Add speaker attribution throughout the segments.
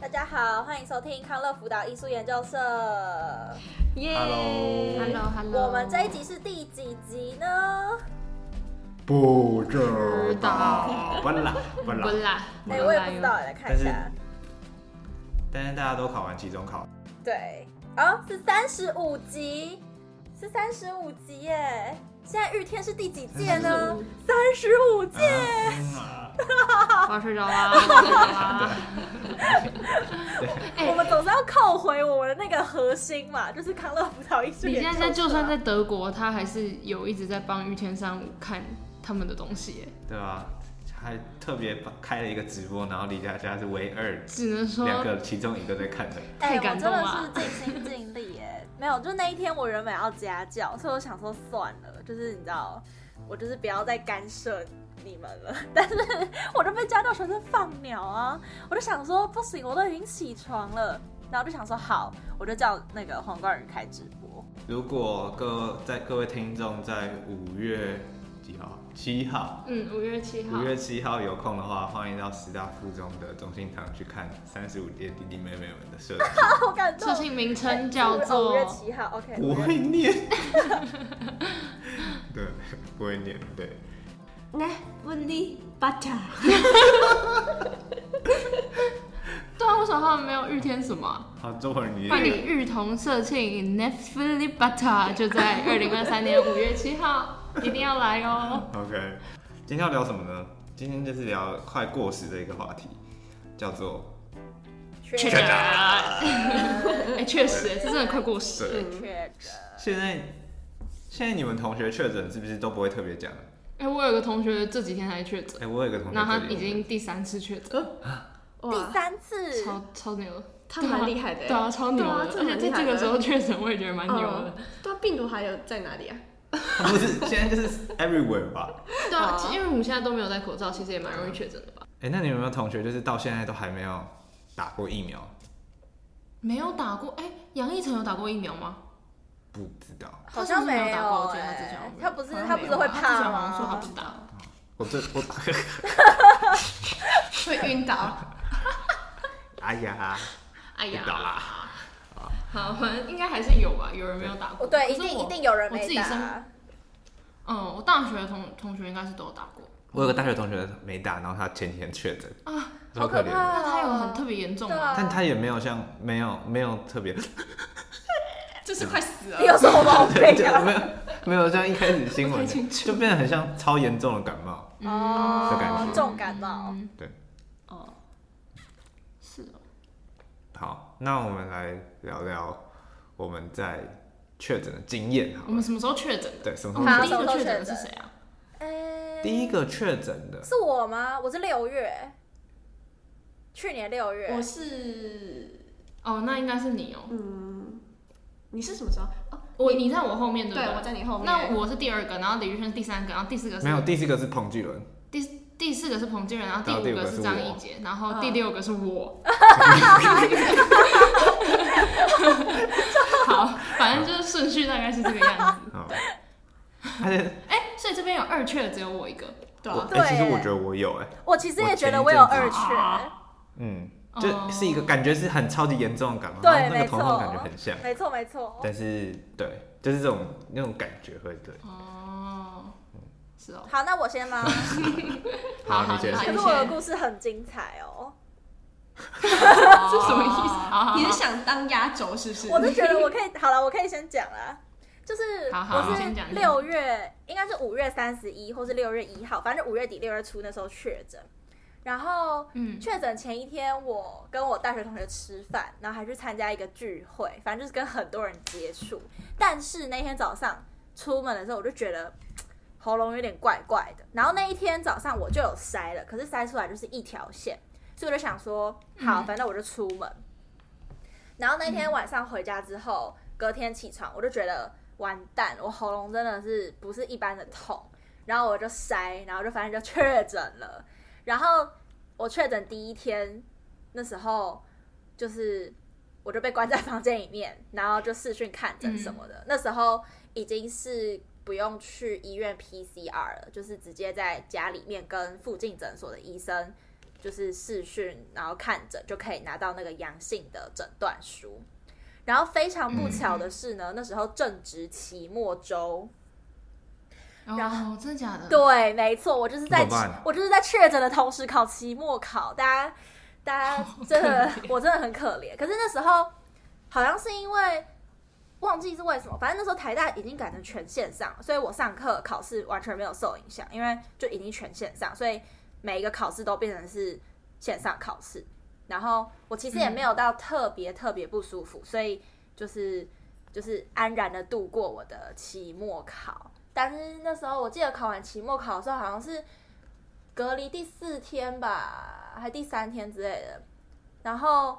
Speaker 1: 大家好，欢迎收听康乐辅导艺术研究社。
Speaker 2: 耶
Speaker 3: Hello
Speaker 2: ！Hello Hello，
Speaker 1: 我们这一集是第几集呢？
Speaker 3: 不知
Speaker 2: 道
Speaker 3: 不啦不
Speaker 2: 不
Speaker 3: 啦。
Speaker 2: 啦，
Speaker 1: 哎、我也不知道，来看一下
Speaker 3: 但。但是大家都考完期中考，
Speaker 1: 对，哦，是三十五集，是三十五集耶。现在玉天是第几届呢？三十五届。
Speaker 3: 啊嗯
Speaker 2: 我要睡着啦，我要睡着啦。哎
Speaker 1: 我们总是要扣回我们的那个核心嘛，就是康乐辅导艺术
Speaker 2: 你
Speaker 1: 研究社。
Speaker 2: 现在就算在德国，他还是啊有一直在帮御天三五看他们的东西耶，
Speaker 3: 对吧？还特别开了一个直播，然后离家家是唯二
Speaker 2: 只能说
Speaker 3: 两个，其中一个在看的。
Speaker 1: 哎，
Speaker 2: 太
Speaker 1: 我
Speaker 2: 感
Speaker 1: 真
Speaker 2: 动啊
Speaker 1: 的
Speaker 2: 了
Speaker 1: 是尽心尽力耶。没有，就那一天我原本要家教，所以我想说算了，就是你知道，我就是不要再干涉你们了。 但是我就被家教学生放鸟啊，我就想说不行，我都已经起床了，然后就想说好，我就叫那个黄冠宇开直播。
Speaker 3: 如果各在各位听众在五月几号？七号。
Speaker 2: 嗯，五月七号
Speaker 3: 五，月七号有空的话，欢迎到师大附中的中心堂去看三十五届弟弟妹妹们的设计。
Speaker 1: 好感动哦
Speaker 2: 事。情名称叫
Speaker 1: 五
Speaker 2: 做
Speaker 1: 月七号，OK。
Speaker 3: 不会 念，对，不会念，对。
Speaker 4: 那不利巴塔，
Speaker 2: 对啊，为什么他们没有御天什么啊？
Speaker 3: 好，中文你
Speaker 2: 欢迎日同社庆 n e f i l i b a t a 就在二零二三年五月七号，一定要来哦。
Speaker 3: OK，今天要聊什么呢？今天就是聊快过时的一个话题，叫做
Speaker 1: 缺
Speaker 2: 确诊，啊 哎，确实，这真的快过时了。
Speaker 1: 缺
Speaker 3: 现在现在你们同学确诊是不是都不会特别讲？
Speaker 2: 哎，我有个同学这几天才确诊，
Speaker 3: 哎、我有一个同学，
Speaker 2: 然后他已经第三次确诊，
Speaker 4: 嗯
Speaker 1: 第，三次，
Speaker 2: 超超牛，
Speaker 4: 他蛮厉害的耶。
Speaker 2: 对啊，超牛的，嗯
Speaker 4: 对啊这
Speaker 2: 而
Speaker 4: 蛮厉
Speaker 2: 且
Speaker 4: 害的
Speaker 2: 在这个时候确诊，我也觉得蛮牛
Speaker 4: 哦
Speaker 2: 的。，
Speaker 4: 对啊，病毒还有在哪里啊？
Speaker 3: 他 不是现在就是 everywhere 吧？
Speaker 2: 对啊，
Speaker 4: 哦
Speaker 2: 因为我们现在都没有戴口罩，其实也蛮容易确诊的吧？
Speaker 3: 哎、那你们有没有同学就是到现在都还没有打过疫苗？
Speaker 2: 没有打过，哎，杨逸晨有打过疫苗吗？
Speaker 3: 不知道，
Speaker 1: 好像没
Speaker 2: 他是不是没有打过我
Speaker 1: 有
Speaker 2: 记得他之前
Speaker 1: 哎
Speaker 2: 好像没有
Speaker 1: 他不是
Speaker 2: 好像
Speaker 1: 他不
Speaker 2: 没
Speaker 1: 是
Speaker 2: 有啊
Speaker 1: 会
Speaker 2: 他之前
Speaker 1: 怕
Speaker 2: 好像说他
Speaker 1: 吗
Speaker 2: 不？打。
Speaker 3: 我这我，
Speaker 4: 会晕倒。
Speaker 3: 哎呀，
Speaker 2: 哎呀
Speaker 3: 不，打啦
Speaker 2: 好，反正应该还是有吧，有人没有打过。
Speaker 1: 哦，对，
Speaker 2: 可
Speaker 1: 一
Speaker 2: 是
Speaker 1: 定
Speaker 2: 我
Speaker 1: 一定有人
Speaker 2: 我自
Speaker 1: 没
Speaker 2: 己身
Speaker 1: 打。
Speaker 2: 嗯，我大学的同同学应该是都有打过，
Speaker 3: 我有个大学同学没打，然后他前天确诊
Speaker 2: 啊，
Speaker 3: 超
Speaker 1: 可
Speaker 3: 怜
Speaker 1: 怕
Speaker 3: 的。
Speaker 2: 但他有很特别严重
Speaker 1: 对
Speaker 2: 吗？
Speaker 1: 啊
Speaker 3: 但他也没有像没有没有 特别，
Speaker 4: 就是快死
Speaker 1: 你有什么毛
Speaker 3: 就
Speaker 1: 病啊？
Speaker 3: 没有没有像一开始新闻
Speaker 2: 不太清楚
Speaker 3: 就变得很像超严重的感冒。
Speaker 2: 嗯
Speaker 3: 的感觉
Speaker 1: 重感冒，
Speaker 3: 对，
Speaker 2: 哦，是哦，
Speaker 3: 好，那我们来聊聊我们在确诊的经验好
Speaker 2: 我们
Speaker 3: 了。
Speaker 2: 什么时候确诊的？
Speaker 3: 对，什
Speaker 2: 我
Speaker 3: 么
Speaker 2: 们
Speaker 1: 好
Speaker 2: 第一
Speaker 1: 什么时
Speaker 2: 个
Speaker 1: 候
Speaker 2: 确诊
Speaker 1: 确
Speaker 2: 的
Speaker 1: 诊
Speaker 2: 是谁啊？
Speaker 1: 哎
Speaker 3: 第一个确诊的？
Speaker 1: 是我吗？我是六月，去年六月，
Speaker 4: 我是，
Speaker 2: 哦，那应该是你哦，
Speaker 4: 嗯，你是什么时候？哦，
Speaker 2: 我你在我后面对不
Speaker 4: 对，我在你后面。
Speaker 2: 那我是第二个，然后李玉轩是第三个，然后第四个是
Speaker 3: 没有，第四个是彭巨伦，
Speaker 2: 第第四个是彭金仁，然后第
Speaker 3: 然后第
Speaker 2: 五
Speaker 3: 五
Speaker 2: 个
Speaker 3: 个
Speaker 2: 是
Speaker 3: 是
Speaker 2: 张
Speaker 3: 我
Speaker 2: 艺杰，然后第六个是我。好，反正就是顺序大概是这个样子。
Speaker 3: 好，而且
Speaker 2: 哎、所以这边有二确，只有我一个。
Speaker 4: 对
Speaker 3: 我
Speaker 4: 啊，
Speaker 3: 哎，其实
Speaker 1: 对
Speaker 3: 我觉得我有哎，
Speaker 1: 我其实
Speaker 3: 我
Speaker 1: 也觉
Speaker 3: 前
Speaker 1: 得
Speaker 3: 一
Speaker 1: 我有
Speaker 3: 阵子
Speaker 1: 二
Speaker 2: 啊
Speaker 1: 缺，
Speaker 3: 嗯，
Speaker 2: 哦
Speaker 3: 就是一个感觉是很超级严重的感冒，
Speaker 1: 对
Speaker 3: 然后那
Speaker 1: 没
Speaker 3: 个
Speaker 1: 错
Speaker 3: 头痛感觉很像，
Speaker 1: 没错没错。
Speaker 3: 但是对，就是这种那种感觉会对。
Speaker 2: 哦，是哦。
Speaker 1: 好，那我先吗？
Speaker 2: 好好
Speaker 3: 你先
Speaker 2: 好
Speaker 1: 可是
Speaker 2: 你哦 先
Speaker 1: 我的故事很精彩哦，
Speaker 2: 这什么意思？好好
Speaker 4: 你是想当压轴啊是不是？
Speaker 1: 我就觉得我可以，好了，我可以先讲啦。就是
Speaker 2: 好好
Speaker 1: 我
Speaker 2: 先讲
Speaker 1: 是六月，应该是五月三十一，或是六月一号，反正五月底六月初那时候确诊，然后
Speaker 2: 嗯，
Speaker 1: 确诊前一天，我跟我大学同学吃饭，然后还去参加一个聚会，反正就是跟很多人接触。但是那天早上出门的时候，我就觉得喉咙有点怪怪的。然后那一天早上我就有筛了，可是筛出来就是一条线，所以我就想说，好，反正我就出门。然后那天晚上回家之后，隔天起床我就觉得完蛋，我喉咙真的是不是一般的痛，然后我就筛，然后就反正就确诊了。然后我确诊第一天，那时候就是我就被关在房间里面，然后就视讯看诊什么的。那时候已经是不用去医院 PCR 了，就是直接在家里面跟附近诊所的医生。就是视讯，然后看诊就可以拿到那个阳性的诊断书。然后非常不巧的是呢，那时候正值期末周，然
Speaker 2: 后哦真的假的？
Speaker 1: 对，没错，我就是在
Speaker 3: 怎么办啊
Speaker 1: 我就是在确诊的同时考期末考，大家大家真的
Speaker 2: 可怜
Speaker 1: 我真的很可怜。可是那时候好像是因为忘记是为什么，反正那时候台大已经改成全线上，所以我上课考试完全没有受影响，因为就已经全线上，所以每一个考试都变成是线上考试。然后我其实也没有到特别特别不舒服，所以就是就是安然的度过我的期末考。但是那时候我记得考完期末考的时候，好像是隔离第四天吧，还第三天之类的。然后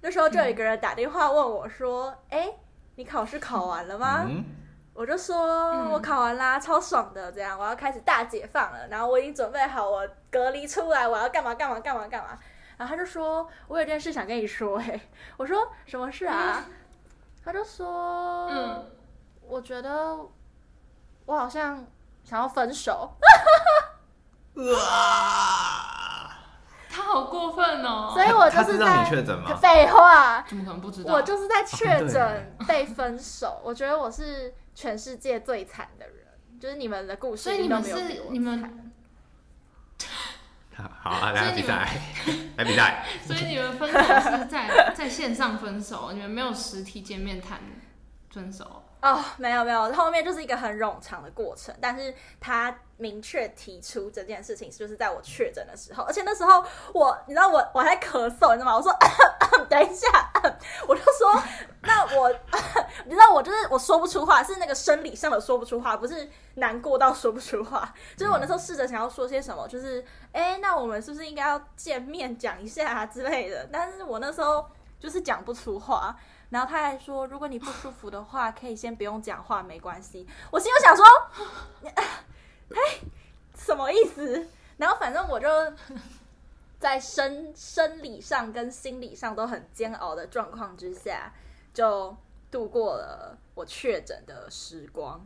Speaker 1: 那时候就有一个人打电话问我说：“哎、你考试考完了吗？”
Speaker 3: 嗯，
Speaker 1: 我就说我考完啦，超爽的，这样我要开始大解放了。然后我已经准备好我隔离出来，我要干嘛干嘛干嘛干嘛。然后他就说，我有件事想跟你说、欸，哎，我说什么事啊？他就说，
Speaker 4: 嗯，
Speaker 1: 我觉得我好像想要分手，
Speaker 2: 他好过分哦！
Speaker 1: 所以我就
Speaker 3: 他
Speaker 1: 是
Speaker 3: 知道你
Speaker 1: 在
Speaker 3: 确诊吗？
Speaker 1: 废话，
Speaker 2: 怎么可能啊不知道？啊
Speaker 1: 我就是在确
Speaker 3: 哦
Speaker 1: 诊被分手。我觉得我是全世界最惨的人，就是你们的故事
Speaker 2: 所
Speaker 1: 一
Speaker 2: 以你
Speaker 1: 定都
Speaker 2: 们
Speaker 1: 没有比我惨，
Speaker 2: 是你们，
Speaker 3: 好啊，来
Speaker 2: 所以
Speaker 3: 比
Speaker 2: 你们
Speaker 3: 赛，来比赛。
Speaker 2: 所以你们分手是在在线上分手，你们没有实体见面谈分手。
Speaker 1: 哦，没有没有，后面就是一个很冗长的过程。但是他明确提出这件事情，就是在我确诊的时候，而且那时候我，你知道我我还咳嗽，你知道吗？我说 等一下， 我就说那我， 你知道我就是我说不出话，是那个生理上的说不出话，不是难过到说不出话。就是我那时候试着想要说些什么，就是哎、诶那我们是不是应该要见面讲一下、啊、之类的？但是我那时候就是讲不出话。然后他还说，如果你不舒服的话，可以先不用讲话，没关系。我心里想说，哎，什么意思？然后反正我就在生生理上跟心理上都很煎熬的状况之下，就度过了我确诊的时光，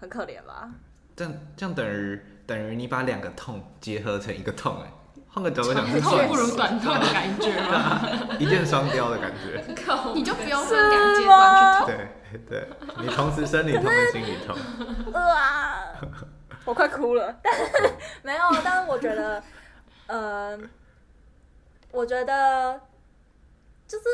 Speaker 1: 很可怜吧？
Speaker 3: 这样这样等于等于你把两个痛结合成一个痛哎、换个角度
Speaker 2: 长
Speaker 3: 想是
Speaker 2: 痛
Speaker 3: 赚
Speaker 2: 不如短痛的感觉吗？
Speaker 3: 一箭双雕的感 觉。
Speaker 4: 你就不用分两
Speaker 1: 是
Speaker 4: 阶段去
Speaker 1: 吗
Speaker 4: 投。
Speaker 3: 对对，你同时生理痛跟心理痛，
Speaker 1: 啊，我快哭了。 但是没有，但是我觉得，呃，我觉得就是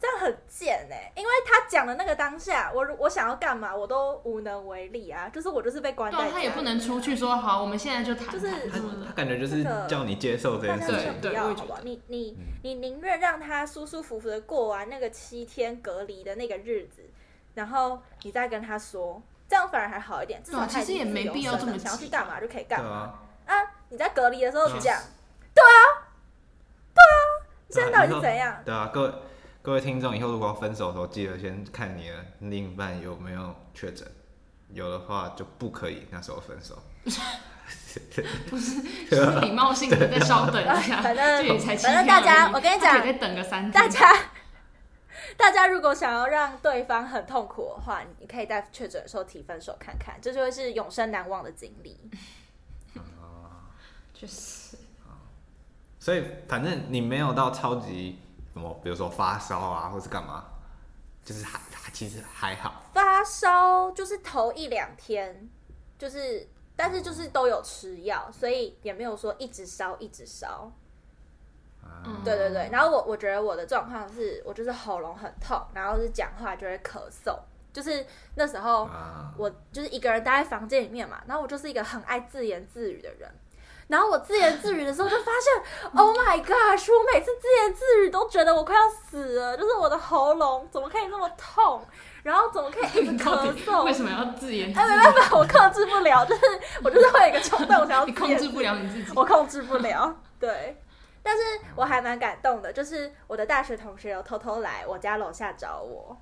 Speaker 1: 这样很贱哎、因为他讲的那个当下，我如我想要干嘛，我都无能为力啊，就是我就是被关
Speaker 2: 对
Speaker 1: 在
Speaker 2: 啊
Speaker 1: 家，
Speaker 2: 他也不能出去说好，我们现在就谈
Speaker 1: 就是
Speaker 2: 谈什么的
Speaker 3: 他感觉就是叫你接受这
Speaker 1: 大
Speaker 3: 件
Speaker 1: 家
Speaker 3: 事
Speaker 1: 真的不要
Speaker 2: 对我
Speaker 3: 情。
Speaker 1: 好
Speaker 2: 也觉
Speaker 1: 吧
Speaker 2: 得？
Speaker 1: 你你
Speaker 3: 嗯
Speaker 1: 你宁愿让他舒舒服服的过完那个七天隔离的那个日子，然后你再跟他说，这样反而还好一点。至
Speaker 2: 对
Speaker 1: 少
Speaker 2: 啊
Speaker 1: 他已
Speaker 2: 其实也
Speaker 1: 经自
Speaker 2: 没
Speaker 1: 由
Speaker 2: 必要
Speaker 1: 身
Speaker 2: 这
Speaker 1: 了
Speaker 2: 么
Speaker 1: 想要
Speaker 2: 急
Speaker 1: 去干嘛就可以
Speaker 3: 对
Speaker 1: 干嘛。
Speaker 3: 啊，
Speaker 1: 啊，你在隔离的时候
Speaker 3: 确实
Speaker 1: 讲，啊
Speaker 3: 对
Speaker 1: 现
Speaker 3: 啊
Speaker 1: 在到
Speaker 3: 以
Speaker 1: 底
Speaker 3: 后
Speaker 1: 是怎样？
Speaker 3: 对啊，各位各位听众，以后如果要分手的时候，记得先看你的另一半有没有确诊，有的话就不可以那时候分手。
Speaker 2: 就是礼貌性的再稍等一下，
Speaker 1: 反正
Speaker 2: 这也才七
Speaker 1: 反正
Speaker 2: 天
Speaker 1: 大家
Speaker 2: 而已
Speaker 1: 我跟你
Speaker 2: 他可
Speaker 1: 讲
Speaker 2: 以再等个三天，
Speaker 1: 大家， 大家如果想要让对方很痛苦的话，你可以在确诊的时候提分手看看，这就会是永生难忘的经历。
Speaker 2: 确实
Speaker 3: 所以反正你没有到超级什么，比如说发烧啊，或是干嘛，就是还还其实还好。
Speaker 1: 发烧就是头一两天，就是但是就是都有吃药，所以也没有说一直烧一直烧。
Speaker 3: 啊
Speaker 1: 对对对，然后我我觉得我的状况是我就是喉咙很痛，然后是讲话就会咳嗽，就是那时候
Speaker 3: 啊，
Speaker 1: 我就是一个人待在房间里面嘛，然后我就是一个很爱自言自语的人。然后我自言自语的时候，就发现，Oh my gosh！我每次自言自语都觉得我快要死了，就是我的喉咙怎么可以那么痛，然后怎么可以一直
Speaker 2: 你到
Speaker 1: 咳
Speaker 2: 底为
Speaker 1: 嗽？
Speaker 2: 什么要自言自
Speaker 1: 哎，没
Speaker 2: 语？
Speaker 1: 办法，我克制不了，就是我就是会有一个冲动，我想要
Speaker 2: 你
Speaker 1: 自
Speaker 2: 控
Speaker 1: 言
Speaker 2: 制不了你自己。
Speaker 1: 我控制不了。对，但是我还蛮感动的，就是我的大学同学有偷偷来我家楼下找我，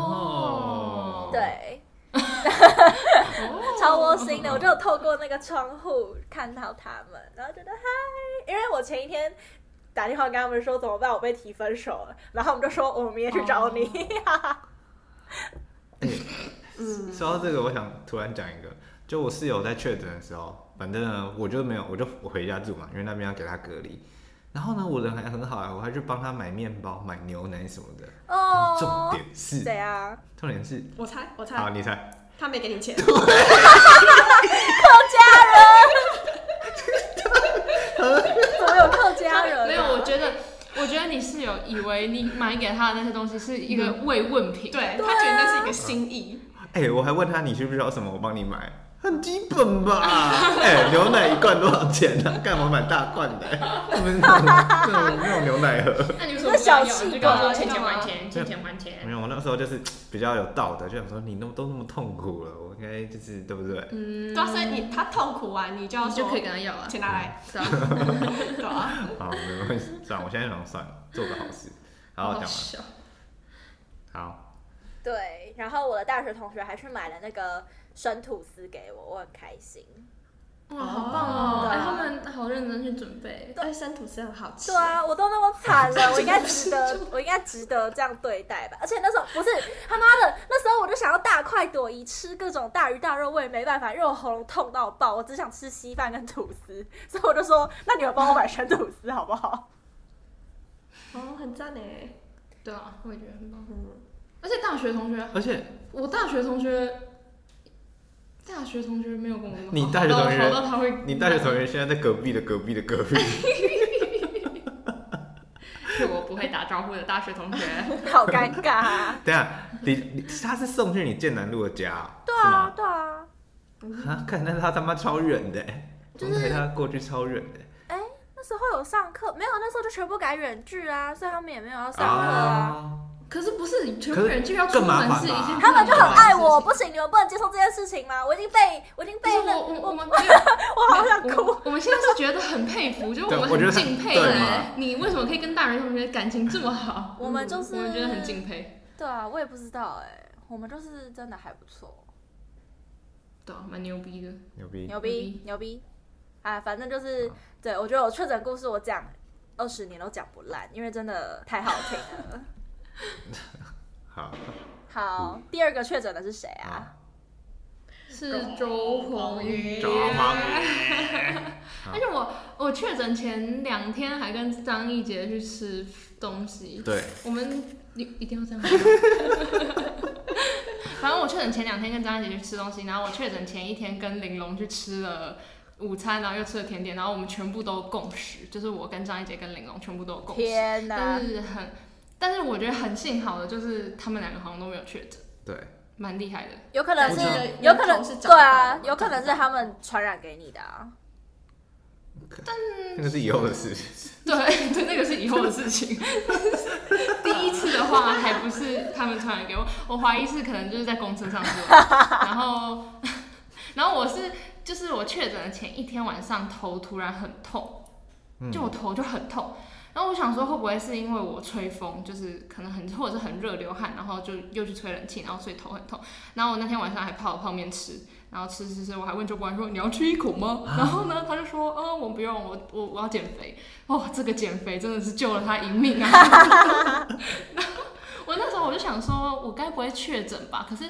Speaker 3: 哦
Speaker 1: 对，
Speaker 2: 哦
Speaker 1: 超窝心的。我就有透过那个窗户看到他们，然后觉得嗨，因为我前一天。打电话跟他们说怎么办，我被提分手了，然后他们就说我明天去找你。
Speaker 4: 嗯
Speaker 3: 说到这个，我想突然讲一个，就我室友在确诊的时候，反正呢我就没有，我就我回家住嘛，因为那边要给他隔离。然后呢，我人还很好啊，我还去帮他买面包、买牛奶什么的。
Speaker 1: 哦，
Speaker 3: 重点是，
Speaker 1: 谁啊？
Speaker 3: 重点是，
Speaker 4: 我猜，我
Speaker 2: 啊
Speaker 3: 好，
Speaker 4: 猜，
Speaker 3: 你猜，
Speaker 4: 他没给 你钱，
Speaker 1: 怎么有客家人啊？
Speaker 2: 没有，我觉得，我觉得你室友以为你买给他的那些东西是一个慰问品，
Speaker 4: 对他
Speaker 1: 对啊
Speaker 4: 觉得那是一个心意，
Speaker 3: 哎、我还问他你需不需要什么，我帮你买，很基本吧？哎、牛奶一罐多少钱呢、啊？干嘛买大罐的、我们那种那种那种牛奶盒。
Speaker 2: 那你为什
Speaker 1: 你
Speaker 2: 么
Speaker 1: 这小
Speaker 2: 不要有
Speaker 1: 气
Speaker 2: 你就告诉
Speaker 1: 鬼
Speaker 2: 我欠钱还
Speaker 3: 对
Speaker 2: 钱，欠钱还钱。
Speaker 3: 没有，我那时候就是比较有道德，就想说你那么都那么痛苦了，我应该就是对不对？
Speaker 2: 嗯，
Speaker 4: 对啊，所以你他痛苦啊，你就要
Speaker 2: 你就
Speaker 4: 说
Speaker 2: 可以跟他要啊，
Speaker 4: 钱拿 来，
Speaker 2: 是啊，
Speaker 4: 对啊，
Speaker 3: 好，没关系，算了，我现在想算了，做个好事。好，
Speaker 2: 好
Speaker 3: 我讲完，
Speaker 2: 笑。
Speaker 3: 好，
Speaker 1: 对，然后我的大学同学还去买了那个生吐司给我，我很开心。
Speaker 2: 哇，好棒哦！
Speaker 1: 对啊
Speaker 2: 哎，他们好认真去准备。
Speaker 4: 对，生吐司很好吃，
Speaker 1: 对 啊，我都那么惨了，我应该值得，我应该值得这样对待吧？而且那时候不是他妈的，那时候我就想要大快朵颐，吃各种大鱼大肉，我也没办法，因为我喉咙痛到爆，我只想吃稀饭跟吐司，所以我就说，那你们帮我买生吐司好不好？
Speaker 4: 哦，很赞呢，
Speaker 2: 对啊，我也觉得很棒。
Speaker 4: 嗯，
Speaker 2: 而且大学同学，
Speaker 3: 而且
Speaker 2: 我大学同学，大学同学没有跟我那么好
Speaker 3: 你大学同学
Speaker 2: 好到他会，
Speaker 3: 你大学同学现在在隔壁的隔壁的 隔壁，
Speaker 2: 是我不会打招呼的大学同学，
Speaker 1: 好尴尬、啊。
Speaker 3: 等一下你你他是送去你剑南路的家哦、
Speaker 1: 对
Speaker 3: 是
Speaker 1: 啊
Speaker 3: 吗，？
Speaker 1: 对啊。
Speaker 3: 啊，看那他他妈超远的，我
Speaker 1: 就是
Speaker 3: 们陪他过去超远的
Speaker 1: 那时候有上课，没有？那时候就全部改远距啊，所以他们也没有要上课啊。。
Speaker 2: 可是不是全部人就要出
Speaker 3: 更麻
Speaker 2: 门
Speaker 3: 烦
Speaker 2: 是一
Speaker 3: 吧
Speaker 2: 件，
Speaker 1: 他们就很爱我，。不行，你们不能接受这件事情吗？我已经被，我已经
Speaker 2: 不
Speaker 1: 被
Speaker 2: 是
Speaker 1: 那，
Speaker 2: 我我我
Speaker 1: 我
Speaker 2: 们没有
Speaker 1: 我好想
Speaker 2: 我
Speaker 1: 哭。
Speaker 2: 们我们现在是觉得很佩服，就是
Speaker 3: 对
Speaker 2: 我们
Speaker 3: 我
Speaker 2: 很
Speaker 3: 觉得
Speaker 2: 敬佩
Speaker 3: 对
Speaker 2: 哎
Speaker 3: 嘛
Speaker 2: 你为什么可以跟大学同学感情这么好？
Speaker 1: 我们就是，
Speaker 2: 我们觉得很敬佩，
Speaker 1: 对啊，我也不知道哎、我们就是真的还不错，
Speaker 2: 对啊，蛮牛逼的。
Speaker 3: 牛逼！
Speaker 1: 牛逼牛逼，啊，反正就是，对我觉得我确诊故事我讲二十年都讲不烂，因为真的太好听 了。
Speaker 3: 好，
Speaker 1: 好，第二个确诊的是
Speaker 2: 哎
Speaker 1: 谁啊？
Speaker 3: 好
Speaker 2: 是周鸿祎，
Speaker 3: 周鸿
Speaker 2: 而且我我确诊前两天还跟张艺杰去吃东西，
Speaker 3: 对，
Speaker 2: 我们一一定要这样吗。 反正我确诊前两天跟张艺杰去吃东西，然后我确诊前一天跟玲珑去吃了午餐，然后又吃了甜点，然后我们全部都共识，就是我跟张艺杰跟玲珑全部都有共识，
Speaker 1: 天哪
Speaker 2: 但！是很，但是我觉得很幸好的就是他们两个好像都没有确诊，
Speaker 3: 对，
Speaker 2: 蛮厉 害的。
Speaker 1: 有可
Speaker 4: 啊
Speaker 1: 能
Speaker 3: 我
Speaker 1: 是
Speaker 3: 记得，
Speaker 1: 有可能
Speaker 4: 是找
Speaker 1: 对啊
Speaker 4: 到，了
Speaker 1: 有可能是他们传染给你的啊。
Speaker 3: 那个是以后的事。
Speaker 2: 对对，那个是以后的事情。 第一次的话还不是他们传染给我，我怀疑是可能就是在公车上做的。 然后，然后我是就是我确诊的前一天晚上头突然很痛，
Speaker 3: 嗯
Speaker 2: 就我头就很痛。然后我想说会不会是因为我吹风，就是可能很或者是很热流汗，然后就又去吹冷气，然后所以头很痛。然后我那天晚上还泡了泡面吃，然后吃吃吃，我还问周官说你要吃一口吗？然后呢，他就说，嗯，我不用，我我我要减肥。哦，这个减肥真的是救了他一命啊！ 然后我那时候我就想说，我该不会确诊吧？可是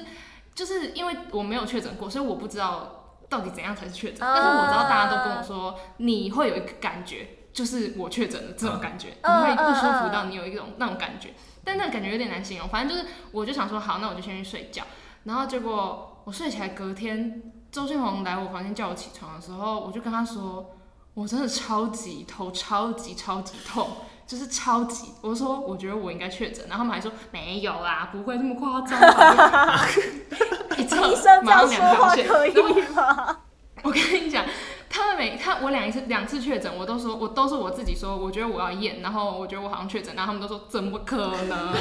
Speaker 2: 就是因为我没有确诊过，所以我不知道到底怎样才是确诊。但是我知道大家都跟我说，你会有一个感觉，就是我确诊了这种感觉，
Speaker 1: 嗯
Speaker 2: 你会不舒服到你有一种那种感觉，但那个感觉有点难形容。反正就是，我就想说，好，那我就先去睡觉。然后结果我睡起来，隔天周俊宏来我房间叫我起床的时候，我就跟他说，我真的超级头超级超级痛， 就是超级。我说我觉得我应该确诊，然后他们还说没有啦，不会那么夸张吧。 一测
Speaker 1: 医生这
Speaker 2: 马
Speaker 1: 样说
Speaker 2: 上两条
Speaker 1: 话
Speaker 2: 线
Speaker 1: 可
Speaker 2: 然后
Speaker 1: 以 吗？
Speaker 2: 我跟你讲，他们每他我两一次两次确诊，我都说我都是我自己说，我觉得我要验，然后我觉得我好像确诊，然后他们都说怎么可能，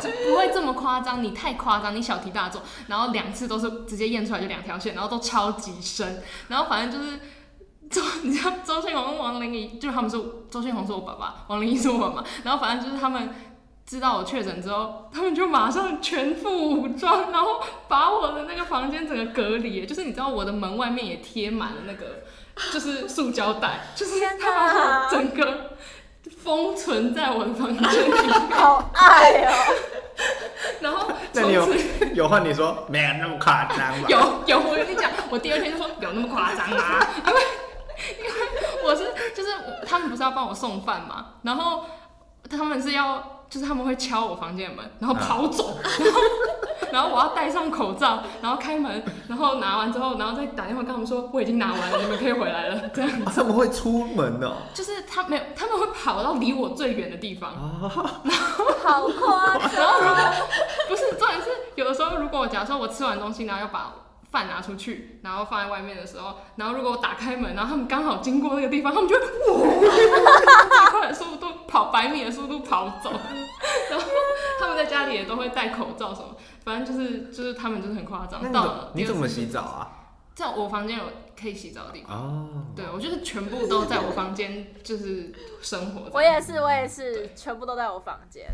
Speaker 2: 就不会这么夸张，你太夸张，你小题大做。然后两次都是直接验出来就两条线，然后都超级深，然后反正就是。周，你知道周迅红跟王玲仪，就是他们说周迅红是我爸爸，王玲仪是我妈妈，然后反正就是他们知道我确诊之后，他们就马上全副武装，然后把我的那个房间整个隔离耶，就是你知道我的门外面也贴满了那个就是塑胶袋，就是
Speaker 1: 天
Speaker 2: 他把
Speaker 1: 哪
Speaker 2: 我整个封存在我的房间里，
Speaker 1: 好爱哦！
Speaker 2: 然后
Speaker 3: 那你 有 有换你说没有那么夸张吧？
Speaker 2: 有有，我跟你讲，我第二天就说有那么夸张吗？
Speaker 3: 啊
Speaker 2: 因为因为我是就是我他们不是要帮我送饭嘛，然后他们是要就是他们会敲我房间门，然后
Speaker 3: 啊
Speaker 2: 跑走， 然后然后我要戴上口罩，然后开门，然后拿完之后，然后再打电话跟他们说我已经拿完了，你们可以回来了。这样
Speaker 3: 啊他们会出门哦。
Speaker 2: 就是他没有，他们会跑到离我最远的地方，
Speaker 1: 好夸张！
Speaker 2: 然后如果 不是重点是，有的时候如果我假如说我吃完东西，然后要把饭拿出去，然后放在外面的时候，然后如果我打开门，然后他们刚好经过那个地方，他们就会哇，以快的速度跑百米的速度跑走，然后他们在家里也都会戴口罩什么，反正就是就是他们就是很夸张
Speaker 3: 那。你
Speaker 2: 到
Speaker 3: 怎
Speaker 2: 了
Speaker 3: 你怎么
Speaker 2: 第二次
Speaker 3: 洗澡啊？
Speaker 2: 在我房间有可以洗澡的地方。
Speaker 3: 哦，
Speaker 2: 对，我就是全部都在我房间，就是生活。
Speaker 1: 我也是，我也是，全部都在我房间。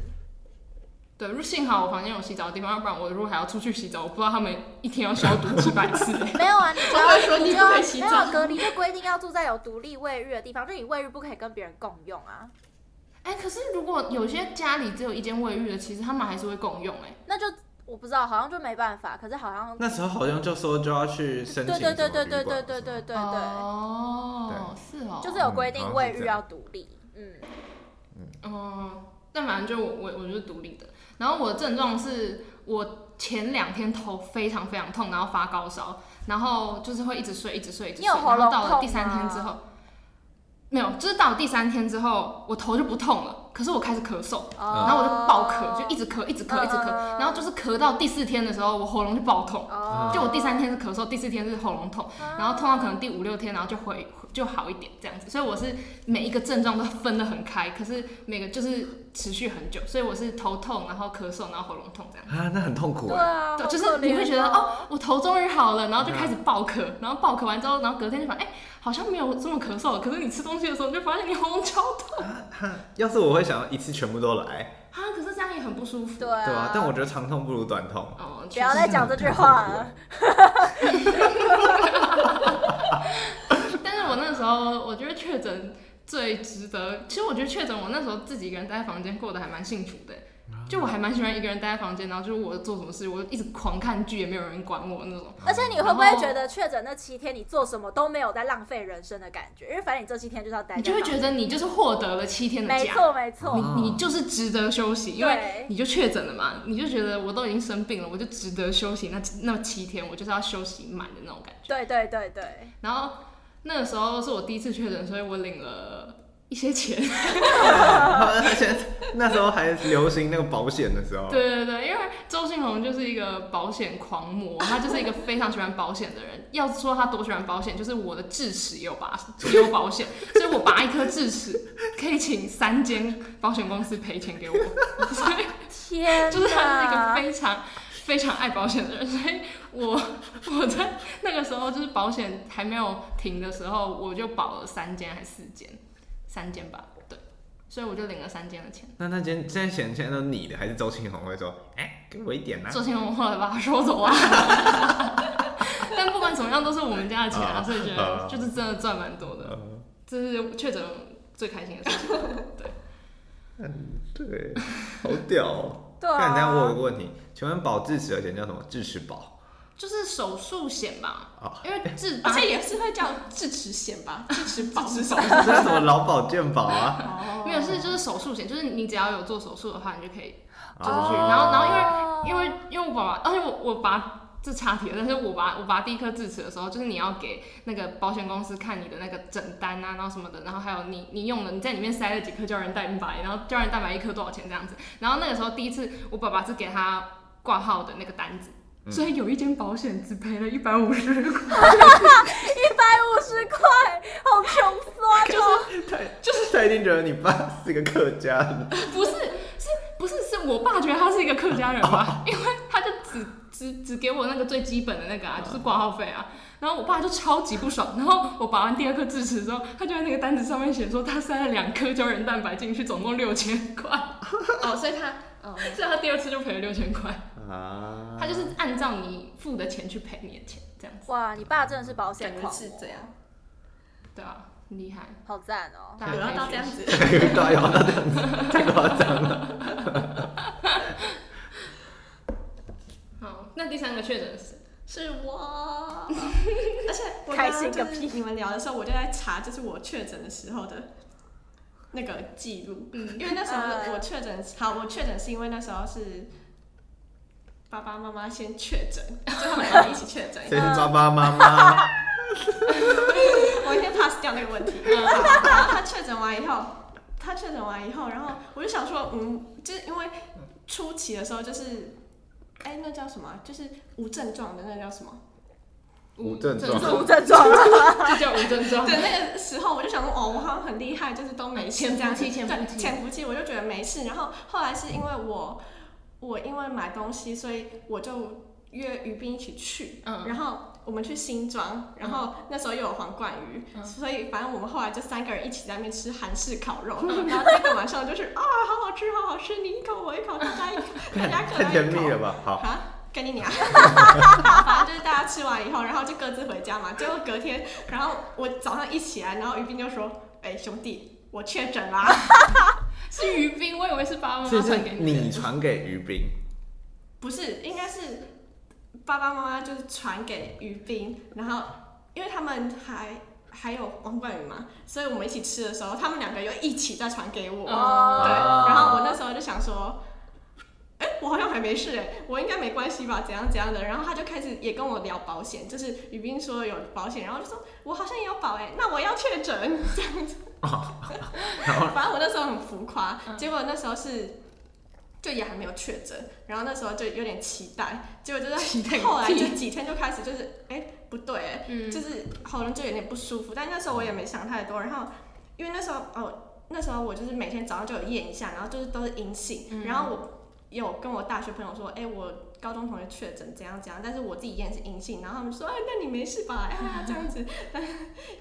Speaker 2: 对，如幸好我房间有洗澡的地方，要不然我如果还要出去洗澡，我不知道他们一天要消毒几百次。
Speaker 1: 没有啊，你就
Speaker 4: 我以为说
Speaker 1: 要就
Speaker 4: 你不
Speaker 1: 要
Speaker 4: 可以洗
Speaker 1: 没
Speaker 4: 澡
Speaker 1: 有隔离就规定要住在有独立卫浴的地方，就你卫浴不可以跟别人共用啊，
Speaker 2: 哎、可是如果有些家里只有一间卫浴的，其实他们还是会共用、哎，
Speaker 1: 那就我不知道，好像就没办法。可是好像
Speaker 3: 那时候好像就说就要去申请
Speaker 1: 对对对对对对对对对对，
Speaker 2: 哦，是哦，
Speaker 1: 就是有规定
Speaker 3: 嗯
Speaker 1: 卫浴
Speaker 3: 好像是这
Speaker 1: 要
Speaker 3: 样
Speaker 1: 独立。嗯，
Speaker 2: 哦，但反正就我我我就是独立的。然后我的症状是我前两天头非常非常痛，然后发高烧，然后就是会一直睡，一直睡，一直
Speaker 1: 你
Speaker 2: 睡。
Speaker 1: 有
Speaker 2: 然
Speaker 1: 喉咙
Speaker 2: 后到
Speaker 1: 痛
Speaker 2: 了第三天
Speaker 1: 吗
Speaker 2: 之后，没有，就是到了第三天之后，我头就不痛了，可是我开始咳嗽，然
Speaker 1: 然
Speaker 2: 后我就爆咳，就一直咳，一直咳，一直咳，
Speaker 1: 嗯
Speaker 2: 然后就是咳到第四天的时候，我喉咙就爆痛。
Speaker 1: 哦，
Speaker 2: 就我第三天是咳嗽，第四天是喉咙痛，
Speaker 1: 啊，
Speaker 2: 然后痛到可能第五六天，然后就回就好一点这样子。所以我是每一个症状都分得很开，可是每个就是持续很久，所以我是头痛，然后咳嗽，然后喉咙痛这样。
Speaker 3: 啊，那很痛苦
Speaker 1: 对
Speaker 3: 哎。
Speaker 1: 啊，
Speaker 2: 对，
Speaker 1: 好
Speaker 2: 就是
Speaker 1: 可
Speaker 2: 你会
Speaker 1: 怜
Speaker 2: 觉得
Speaker 1: 哦，
Speaker 2: 哦，我头终于好了，然后就开始爆咳，
Speaker 1: 嗯
Speaker 2: 然后爆咳完之后，然后隔天就发现哎、好像没有这么咳嗽了。可是你吃东西的时候，你就发现你喉咙超痛
Speaker 3: 啊哈要是我会想要一次全部都来，
Speaker 2: 啊，可是这样也很不舒服。
Speaker 1: 对
Speaker 3: 对啊
Speaker 1: 啊，，
Speaker 3: 但我觉得长痛不如短 痛。
Speaker 2: 哦，
Speaker 1: 不要再讲这句话了。
Speaker 2: 但是我那时候，我觉得确诊最值得。其实我觉得确诊，我那时候自己一个人待在房间过得还蛮幸福的。就我还蛮喜欢一个人待在房间，然后就是我做什么事，我一直狂看剧，也没有人管我那种。
Speaker 1: 而且你会不会觉得确诊那七天你做什么都没有在浪费人生的感觉？因为反正你这七天就是要待在
Speaker 2: 你
Speaker 1: 房
Speaker 2: 就
Speaker 1: 间，
Speaker 2: 会觉得你就是获得了七天的
Speaker 1: 没
Speaker 2: 假，
Speaker 1: 错没错，
Speaker 3: 哦
Speaker 2: 你你就是值得休息，因为
Speaker 1: 对
Speaker 2: 你就确诊了嘛，你就觉得我都已经生病了，我就值得休息。那那七天我就是要休息满的那种感觉。
Speaker 1: 对对对对，
Speaker 2: 然后那个时候是我第一次确诊，所以我领了一些钱。
Speaker 3: 而且那时候还流行那个保险的时候，
Speaker 2: 对对对，因为周信宏就是一个保险狂魔，他就是一个非常喜欢保险的人。 要说他多喜欢保险，就是我的智齿也有拔，也有保险， 所以我拔一颗智齿，可以请三间保险公司赔钱给我， 所以
Speaker 1: 天
Speaker 2: 就是他是一个
Speaker 1: 哪！
Speaker 2: 非常非常爱保险的人，所以我我在那个时候就是保险还没有停的时候，我就保了三间还是四间，三间吧，对，所以我就领了三间的钱。
Speaker 3: 那那间这些钱现在都是你的，还是周庆红会说，哎，给我一点 呐、
Speaker 2: 周信宏后来把它收走啊。 但不管怎么样，都是我们家的钱啊，
Speaker 3: 啊
Speaker 2: 所以觉得
Speaker 3: 啊
Speaker 2: 就是真的赚蛮多的，
Speaker 3: 呃
Speaker 2: 这是确诊最开心的事情。
Speaker 3: 对，好屌、哦。
Speaker 1: 对啊
Speaker 3: 但等一下我有个问题，请问保智齿的钱叫什么？智齿保
Speaker 2: 就是手术险吧，
Speaker 3: 啊？
Speaker 2: 因为治
Speaker 4: 而且也是会叫智齿险吧，智齿保智齿手
Speaker 3: 这是什么劳保健保啊？
Speaker 4: 哦
Speaker 2: 没有是就是手术险，就是你只要有做手术的话，你就可以
Speaker 3: 哦
Speaker 2: 就是去。然后然后因为因为因为我爸爸，而且我我拔这差题了，但是我拔我拔第一颗智齿的时候，就是你要给那个保险公司看你的那个诊单啊，然后什么的，然后还有你你用了你在里面塞了几颗胶原蛋白，然后胶原蛋白一颗多少钱这样子。然后那个时候第一次我爸爸是给他挂号的那个单子。
Speaker 3: 嗯
Speaker 2: 所以有一间保险只赔了一百五十块，
Speaker 1: 一百五十块，好穷酸哦！
Speaker 3: 他就是他一定觉得你爸是个客家人，
Speaker 2: 不是，是不是是我爸觉得他是一个客家人
Speaker 3: 哦
Speaker 2: 吧？因为他就只只只给我那个最基本的那个啊，就是挂号费啊。然后我爸就超级不爽。然后我拔完第二颗智齿之后，他就在那个单子上面写说他塞了两颗胶原蛋白进去，总共六千块，
Speaker 4: 哦，所以他哦，
Speaker 2: 所以他第二次就赔了六千块。
Speaker 3: 啊
Speaker 2: 他就是按照你付的钱去赔你的钱，这样子，
Speaker 1: 哇，你爸真的是保险
Speaker 4: 感
Speaker 1: 狂
Speaker 4: 觉
Speaker 1: 魔
Speaker 4: 是这样，
Speaker 2: 对啊，很厉害。
Speaker 1: 好赞哦！
Speaker 2: 大家
Speaker 4: 有
Speaker 2: 可以
Speaker 4: 要到
Speaker 2: 学
Speaker 4: 这样
Speaker 2: 习
Speaker 4: 子，
Speaker 3: 遇到有到这样子，太夸张了。
Speaker 2: 确诊是
Speaker 4: 是我，而且我
Speaker 1: 开
Speaker 4: 刚
Speaker 1: 心
Speaker 4: 刚
Speaker 1: 个
Speaker 4: 就
Speaker 1: 屁
Speaker 4: 是你们聊的时候，我就在查，就是我确诊的时候的那个记录，
Speaker 2: 嗯
Speaker 4: 因为那时
Speaker 1: 呃
Speaker 4: 候我确诊，好，我确诊是因为那时候是爸爸妈妈先确诊，就他们两个一起确诊，
Speaker 3: 谁是爸爸妈妈？
Speaker 4: 我先 pass 掉那个问题。
Speaker 3: 啊
Speaker 2: 呃
Speaker 4: 然后他确诊完以后，他确诊完以后，然后我就想说，嗯，就是因为初期的时候就是，哎、那叫什么啊？就是无症状的那叫什么？
Speaker 3: 无症状
Speaker 1: 无症状，
Speaker 2: 就叫无症状。
Speaker 4: 对，那个时候我就想说，哦，我好像很厉害，就是都没事
Speaker 2: 潜
Speaker 4: 这样
Speaker 2: 伏
Speaker 4: 子。
Speaker 2: 期潜伏
Speaker 4: 对，
Speaker 2: 期
Speaker 4: 潜伏期我就觉得没事。然后后来是因为我，我因为买东西，所以我就约于斌一起去。
Speaker 2: 嗯
Speaker 4: 然后我们去新庄，然后那时候又有皇冠鱼，
Speaker 2: 嗯
Speaker 4: 所以反正我们后来就三个人一起在那边吃韩式烤 肉。然后那个晚上就是啊，好好吃，好好吃，你一口我一口，大 家一口，大家各
Speaker 3: 太
Speaker 4: 来
Speaker 3: 甜
Speaker 4: 一
Speaker 3: 蜜
Speaker 4: 口
Speaker 3: 了。吧？好，
Speaker 4: 啊，跟你俩，反正就是大家吃完以后，然后就各自回家嘛。结果隔天，然后我早上一起来，然后于斌就说：“哎、兄弟，我确诊啦
Speaker 2: 是于斌，我以为是爸爸妈
Speaker 3: 所
Speaker 2: 妈
Speaker 3: 以是
Speaker 2: 传给你的。
Speaker 3: 你传给于斌，！”
Speaker 4: 不是，应该是爸爸妈妈就是传给于斌，然后因为他们还还有王冠宇嘛，所以我们一起吃的时候，他们两个又一起再传给我。
Speaker 2: 哦
Speaker 4: 对，
Speaker 3: 啊
Speaker 4: 然后我那时候就想说，哎、我好像还没事哎、我应该没关系吧，怎样怎样的。然后他就开始也跟我聊保险，就是宇斌说有保险，然后就说我好像也有保哎、那我要确诊 这样子。反正我那时候很浮夸，
Speaker 2: 嗯
Speaker 4: 结果那时候是。就也还没有确诊，然后那时候就有点期待，结果就是
Speaker 2: 期待个
Speaker 4: 后来
Speaker 2: 屁
Speaker 4: 就几天就开始就是，哎、不对、哎。
Speaker 2: 嗯，
Speaker 4: 就是喉咙就有点不舒服，但那时候我也没想太多，然后因为那时候哦，那时候我就是每天早上就有验一下，然后就是都是阴性，
Speaker 2: 嗯
Speaker 4: 然后我有跟我大学朋友说，哎、我高中同学确诊怎样怎样，但是我自己验是阴性，然后他们就说，哎、那你没事吧？哎 呀，这样子，但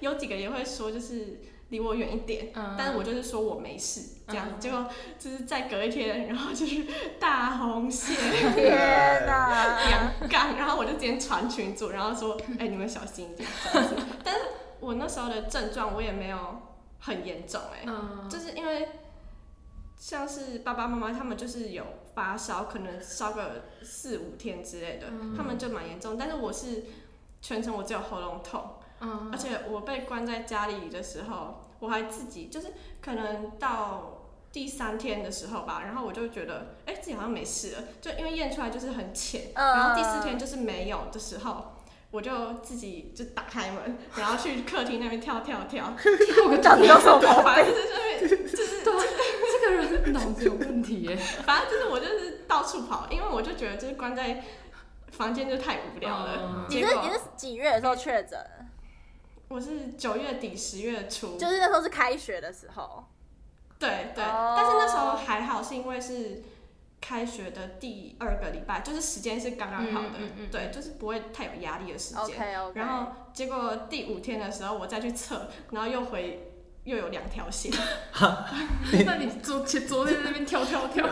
Speaker 4: 有几个也会说就是离我远一点，
Speaker 2: 嗯
Speaker 4: 但是我就是说我没事这样，
Speaker 2: 嗯
Speaker 4: 结果就是再隔一天，然后就是大红线。
Speaker 1: 天哪！
Speaker 4: 两杠，然后我就直接传群组，然后说， 哎、你们小心一点这样子。但是我那时候的症状我也没有很严重、哎、
Speaker 2: 嗯，
Speaker 4: 就是因为像是爸爸妈妈他们就是有发烧，可能烧个四五天之类的，
Speaker 2: 嗯
Speaker 4: 他们就蛮严重。但是我是全程我只有喉咙痛，
Speaker 2: 嗯
Speaker 4: 而且我被关在家里的时候，我还自己就是可能到第三天的时候吧，然后我就觉得，哎、自己好像没事了，就因为验出来就是很浅，
Speaker 1: 嗯
Speaker 4: 然后第四天就是没有的时候。我就自己就打开门，然后去客厅那边跳跳 跳，
Speaker 1: 呃
Speaker 2: 跳个
Speaker 1: 到底有什么毛
Speaker 4: 反正就是
Speaker 2: 这个人脑子有问题 耶。
Speaker 4: 反正就是我就是到处跑，因为我就觉得就是关在房间就太无聊了。
Speaker 2: 嗯
Speaker 1: 你
Speaker 4: 结
Speaker 1: 是
Speaker 4: 果
Speaker 1: 你是几月的时候确诊？
Speaker 4: 我是九月底十月初，
Speaker 1: 就是那时候是开学的时候。
Speaker 4: 对对
Speaker 1: 哦
Speaker 4: 但是那时候还好，是因为是开学的第二个礼拜，就是时间是刚刚好的，
Speaker 2: 嗯嗯嗯嗯
Speaker 4: 对，就是不会太有压力的时间。
Speaker 1: OK OK。
Speaker 4: 然后结果第五天的时候，我再去测，然后又回又有两条线，
Speaker 2: 那你昨前昨天在那边跳跳跳，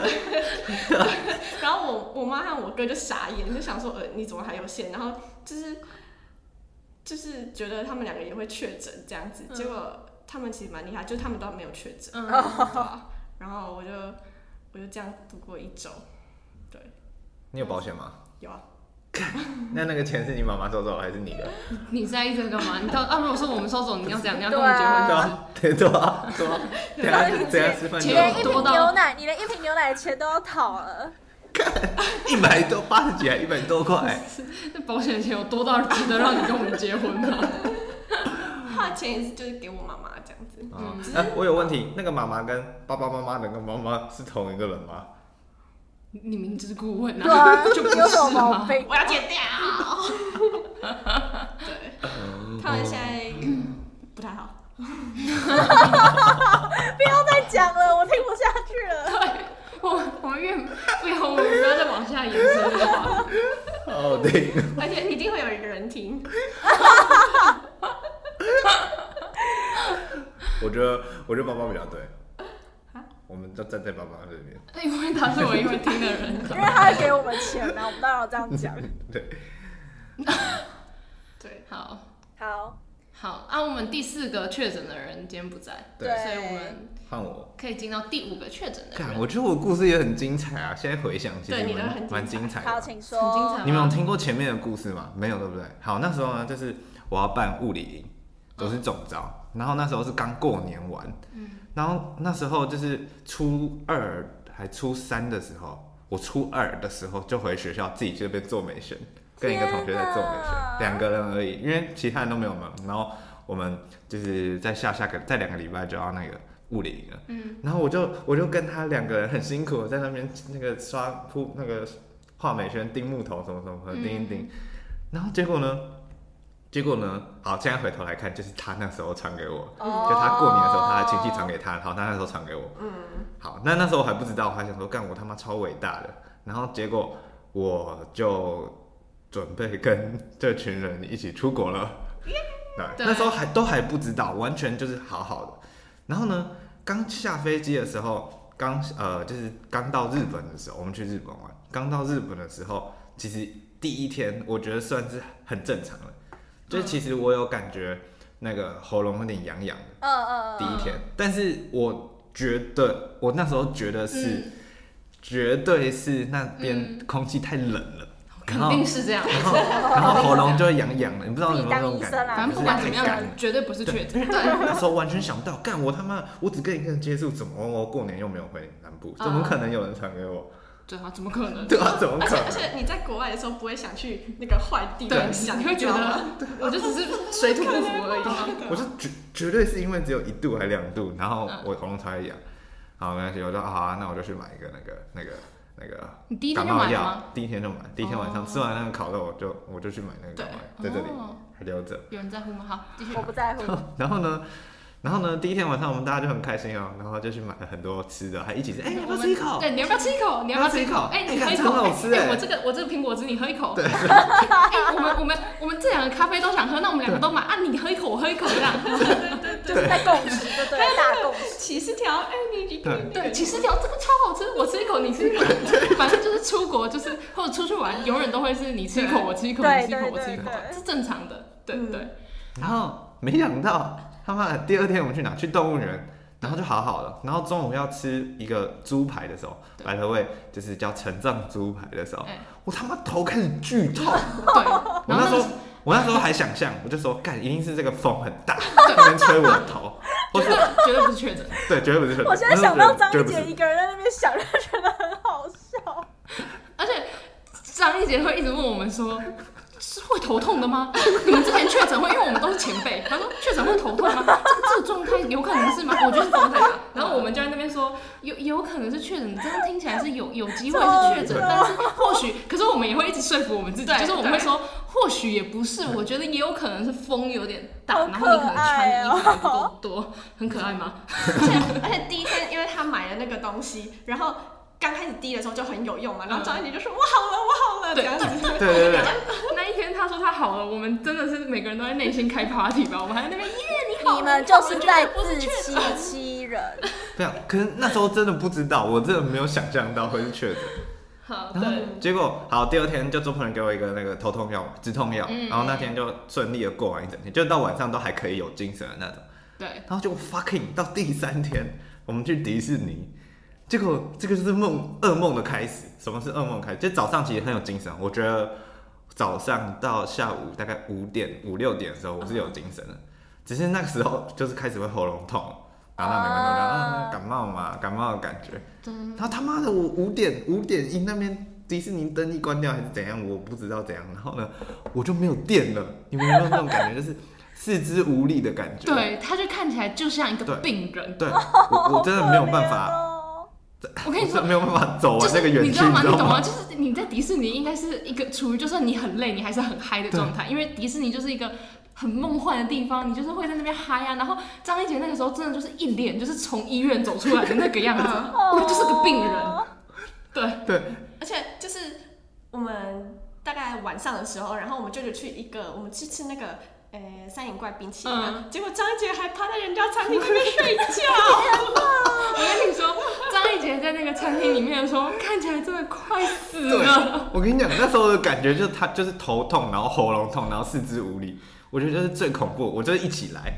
Speaker 4: 然后我我妈和我哥就傻眼，就想说呃你怎么还有线？然后就是就是觉得他们两个也会确诊这样子，
Speaker 2: 嗯
Speaker 4: 结果他们其实蛮厉害，就是他们都没有确诊，
Speaker 2: 嗯，
Speaker 4: 对吧然后我就我就这样度过一周，对，
Speaker 3: 你有保险吗？
Speaker 4: 有啊。
Speaker 3: 那那个钱是你妈妈收走还是你的？
Speaker 2: 你现在一直干嘛？你到啊？如果说我们收走，你要怎样？你要跟我
Speaker 1: 对
Speaker 2: 们结
Speaker 1: 啊
Speaker 2: 婚
Speaker 3: 对
Speaker 2: 是不是？
Speaker 3: 啊，对对啊，对啊，等一下等一下吃饭
Speaker 1: 你
Speaker 3: 就
Speaker 1: 连一
Speaker 2: 钱
Speaker 1: 瓶
Speaker 2: 多到
Speaker 1: 牛奶，你连一瓶牛奶的钱都要讨了。
Speaker 3: 一百多八十几还一百多块，
Speaker 2: 那保险钱有多到值得让你跟我们结婚吗？
Speaker 4: 花钱也是就是给我妈妈这样子，
Speaker 3: 啊
Speaker 2: 嗯，
Speaker 3: 哎，我有问题，那个妈妈跟爸爸妈妈的那个妈妈是同一个人吗？
Speaker 2: 你明知故问
Speaker 1: 对
Speaker 2: 啊
Speaker 1: 啊，，
Speaker 2: 就不
Speaker 1: 你有什么
Speaker 2: 是
Speaker 1: 毛
Speaker 2: 嘛？
Speaker 1: 病？
Speaker 4: 我要剪掉。对，他们现在不太好。
Speaker 1: 不要再讲了，我听不下去了。
Speaker 2: 我我们越不要，我们不要再往下延伸的话，
Speaker 3: 哦，对，
Speaker 4: 而且一定会有一个人听。
Speaker 3: 我觉得我觉得爸爸比较对，我们都站在爸爸这边，
Speaker 2: 因为他是我一会听的人。
Speaker 1: 因为他会给我们钱呢、我们 当然要这样讲。
Speaker 3: 对，
Speaker 4: 对，
Speaker 2: 好，
Speaker 1: 好，
Speaker 2: 好啊，我们第四个确诊的人今天不在，
Speaker 3: 对
Speaker 2: 所以我们
Speaker 3: 换我。
Speaker 2: 可以进到第五个确诊的
Speaker 3: 看，
Speaker 2: 人。
Speaker 3: 我觉得我故事也很精彩啊！现在回想，其实
Speaker 4: 对你的
Speaker 3: 蛮
Speaker 4: 很精彩
Speaker 3: 蛮精彩的。
Speaker 1: 好，请
Speaker 2: 很精彩
Speaker 1: 说。
Speaker 2: 吗
Speaker 3: 你们有听过前面的故事吗？没有，对不对？好，那时候呢，就是我要办物理营，我是总招，然后那时候是刚过年完，然后那时候就是初二还初三的时候，我初二的时候就回学校自己这边做美宣，跟一个同学在做美
Speaker 1: 天哪
Speaker 3: 宣，两个人而已，因为其他人都没有嘛。然后我们就是在下下个在两个礼拜就要那个物理营了，
Speaker 2: 嗯，
Speaker 3: 然后我就我就跟他两个人很辛苦地在那边那个刷铺那个画美宣钉木头什么什么钉一钉，
Speaker 1: 嗯
Speaker 3: 然后结果呢，结果呢，好，现在回头来看，就是他那时候传给我，就他过年的时候，他的亲戚传给他，然后他那时候传给我，
Speaker 4: 嗯，
Speaker 3: 好，那那时候我还不知道，我还想说，干我他妈超伟大的。然后结果我就准备跟这群人一起出国了。对，
Speaker 2: 对
Speaker 3: 那时候还都还不知道，完全就是好好的。然后呢，刚下飞机的时候，刚呃就是刚到日本的时候，我们去日本玩，刚到日本的时候，其实第一天我觉得算是很正常了，就是其实我有感觉那个喉咙有点痒痒的。
Speaker 1: 嗯嗯
Speaker 2: 呃
Speaker 3: 第
Speaker 1: 嗯，
Speaker 3: 一天，但是我觉得我那时候觉得是、
Speaker 2: 嗯
Speaker 3: 绝对是那边空气太冷了，
Speaker 2: 肯
Speaker 3: 然后
Speaker 2: 定是这样，
Speaker 3: 然后
Speaker 1: 哦
Speaker 3: 然后喉咙就会痒痒的，你不知道
Speaker 1: 自
Speaker 3: 有
Speaker 1: 己
Speaker 3: 没有那
Speaker 1: 当
Speaker 3: 种
Speaker 1: 医
Speaker 3: 感
Speaker 1: 生
Speaker 3: 觉，
Speaker 1: 啊，
Speaker 2: 反正不管怎么
Speaker 3: 太干了
Speaker 2: 样，绝对不是确诊。
Speaker 3: 那时候完全想不到，干我他妈我只跟一个人接触，怎么我过年又没有回南部，
Speaker 2: 啊
Speaker 3: 怎么可能有人传 给我？
Speaker 2: 对啊，怎么可能？
Speaker 3: 对啊，怎么
Speaker 4: 而
Speaker 3: 可
Speaker 4: 且而
Speaker 3: 能？
Speaker 4: 且你在国外的时候不会想去那个坏地
Speaker 2: 对
Speaker 4: 方想，，
Speaker 2: 你会觉
Speaker 4: 知道吗
Speaker 2: 得我就只是水土不服而已。
Speaker 3: 我就绝绝对是因为只有一度还两度，然后
Speaker 2: 嗯
Speaker 3: 我喉咙才会痒。好，没关系，我说啊好啊，那我就去买一个那个那个那个
Speaker 2: 你第一
Speaker 3: 感
Speaker 2: 天就
Speaker 3: 冒
Speaker 2: 买了吗？
Speaker 3: 药，第一天就买，第一天晚上吃完那个烤肉，我就我就去买那个感冒药，在这里
Speaker 2: 哦
Speaker 3: 还留着。
Speaker 2: 有人在乎吗？好，继续
Speaker 1: 哦我。不 在乎。
Speaker 3: 然后呢，然后呢，第一天晚上我们大家就很开心哦，然后就去买了很多吃的，还一起吃，哎，你要
Speaker 2: 我
Speaker 3: 不要
Speaker 2: 们
Speaker 3: 吃一口？
Speaker 2: 对，你要不要吃一口？你要不要吃一口？哎，
Speaker 3: 哎
Speaker 2: 你喝一
Speaker 3: 看
Speaker 2: 口，
Speaker 3: 超好吃
Speaker 2: 哎
Speaker 3: 哎
Speaker 2: 我这个我这个苹果汁，你喝一口。对。哎，我们我们我们这两个咖啡都想喝，那我们两个都买啊，你喝一口，我喝一口这样。
Speaker 1: 就是在共识，就对了，大共识。
Speaker 4: 起司条，哎，你你
Speaker 3: 对
Speaker 4: 你
Speaker 2: 对，起司条这个超好吃，我吃一口，你吃一口，反正就是出国就是或者出去玩，永远都会是你吃一口，我吃一口，
Speaker 1: 对
Speaker 2: 你吃一
Speaker 1: 对
Speaker 2: 口，我吃一口
Speaker 1: 对，对
Speaker 2: 是正常的，对
Speaker 4: 嗯
Speaker 2: 对。
Speaker 3: 然后没想到他妈的第二天我们去哪？去动物园，然后就好好了。然后中午要吃一个猪排的时候，
Speaker 2: 对
Speaker 3: 白头味就是叫成藏猪排的时候
Speaker 2: 哎，
Speaker 3: 我他妈头开始剧 痛。
Speaker 2: 对，
Speaker 3: 我
Speaker 2: 然
Speaker 3: 那时
Speaker 2: 后
Speaker 3: 候，我那时候还想象，我就说，干，一定是这个风很大，在那边吹我的头， 或
Speaker 2: 那
Speaker 3: 是
Speaker 2: 时候绝对绝对不是确诊，
Speaker 3: 对，绝对不是吹。
Speaker 1: 我现在想到张
Speaker 3: 绝对不
Speaker 1: 姐一
Speaker 3: 是，
Speaker 1: 个人在那边想，就觉得很好笑。
Speaker 2: 而且张一杰会一直问我们说。是会头痛的吗？ 你们之前确诊会，因为我们都是前辈，他说确诊会头痛吗？这这个状态有可能是吗？我觉得是风太大。然后我们就在那边说，有有可能是确诊，这样听起来是有有机会是确诊，
Speaker 3: 对
Speaker 2: 但是或许，可是我们也会一直说服我们自己，
Speaker 4: 对
Speaker 2: 就是我们会说，或许也不是，我觉得也有可能是风有点大，
Speaker 1: 好
Speaker 2: 然后你可能
Speaker 1: 可爱哦
Speaker 2: 穿衣服也不够多，很可爱吗？
Speaker 4: 而且而且第一天，因为他买了那个东西，然后刚开始滴的时候就很有用嘛，然后张一姐就说：“我好了，我好了。”这
Speaker 2: 对
Speaker 4: 样子，
Speaker 3: 对对 对，
Speaker 2: 那一天他说他好了，我们真的是每个人都在内心开 party 吧，我们还在那边耶，你 好了，
Speaker 1: 你们就是在
Speaker 2: 我
Speaker 1: 自
Speaker 2: 们绝对不是确
Speaker 1: 欺
Speaker 2: 诊
Speaker 1: 欺人。
Speaker 3: 对啊，可是那时候真的不知道，我真的没有想象到会是确诊。
Speaker 2: 好，
Speaker 3: 然后
Speaker 2: 对，
Speaker 3: 结果好，第二天就周鹏人给我一个那个头痛药、止痛药，
Speaker 2: 嗯
Speaker 3: 然后那天就顺利的过完一整天，就到晚上都还可以有精神的那种。
Speaker 2: 对，
Speaker 3: 然后就 fucking 到第三天，我们去迪士尼，结果这个就是梦噩梦的开始。什么是噩梦开始？就早上其实很有精神，我觉得早上到下午大概五点五六点的时候我是有精神的，只是那个时候就是开始会喉咙痛，然后那没关系，我就
Speaker 1: 啊
Speaker 3: 啊感冒嘛，感冒的感觉。
Speaker 2: 真
Speaker 3: 然后他妈的，我五点五点一那边迪士尼灯一关掉还是怎样，我不知道怎样。然后呢，我就没有电了，你们有没有那种感觉？就是四肢无力的感觉。
Speaker 2: 对，他就看起来就像一个
Speaker 3: 对
Speaker 2: 病人。
Speaker 3: 对，我我真的没有办
Speaker 1: 好可怜
Speaker 3: 法，
Speaker 1: 哦
Speaker 2: 我跟
Speaker 3: 我
Speaker 2: 你
Speaker 3: 真的
Speaker 2: 说，
Speaker 3: 没有办法走
Speaker 2: 就
Speaker 3: 完那
Speaker 2: 是
Speaker 3: 个园区，
Speaker 2: 你知道吗？你懂吗？
Speaker 3: 吗？
Speaker 2: 就是你在迪士尼应该是一个处于，就算你很累，你还是很嗨的状态，因为迪士尼就是一个。很梦幻的地方，你就是会在那边嗨啊。然后张一杰那个时候真的就是一脸就是从医院走出来的那个样子，
Speaker 4: 嗯
Speaker 3: 嗯
Speaker 1: 哦
Speaker 2: 我就是个病人。对，
Speaker 3: 对，
Speaker 4: 而且就是我们大概晚上的时候，然后我们舅舅去一个，我们去吃那个。呃，三眼怪冰淇淋啊，结果张一杰还趴在人家餐厅那边睡 觉，
Speaker 2: 我跟你说，张一杰在那个餐厅里面的时候，看起来真的快死
Speaker 3: 对
Speaker 2: 了。，
Speaker 3: 我跟你讲，那时候的感觉就是他就是头痛，然后喉咙痛，然后四肢无力。我觉得这是最恐怖，我就是一起来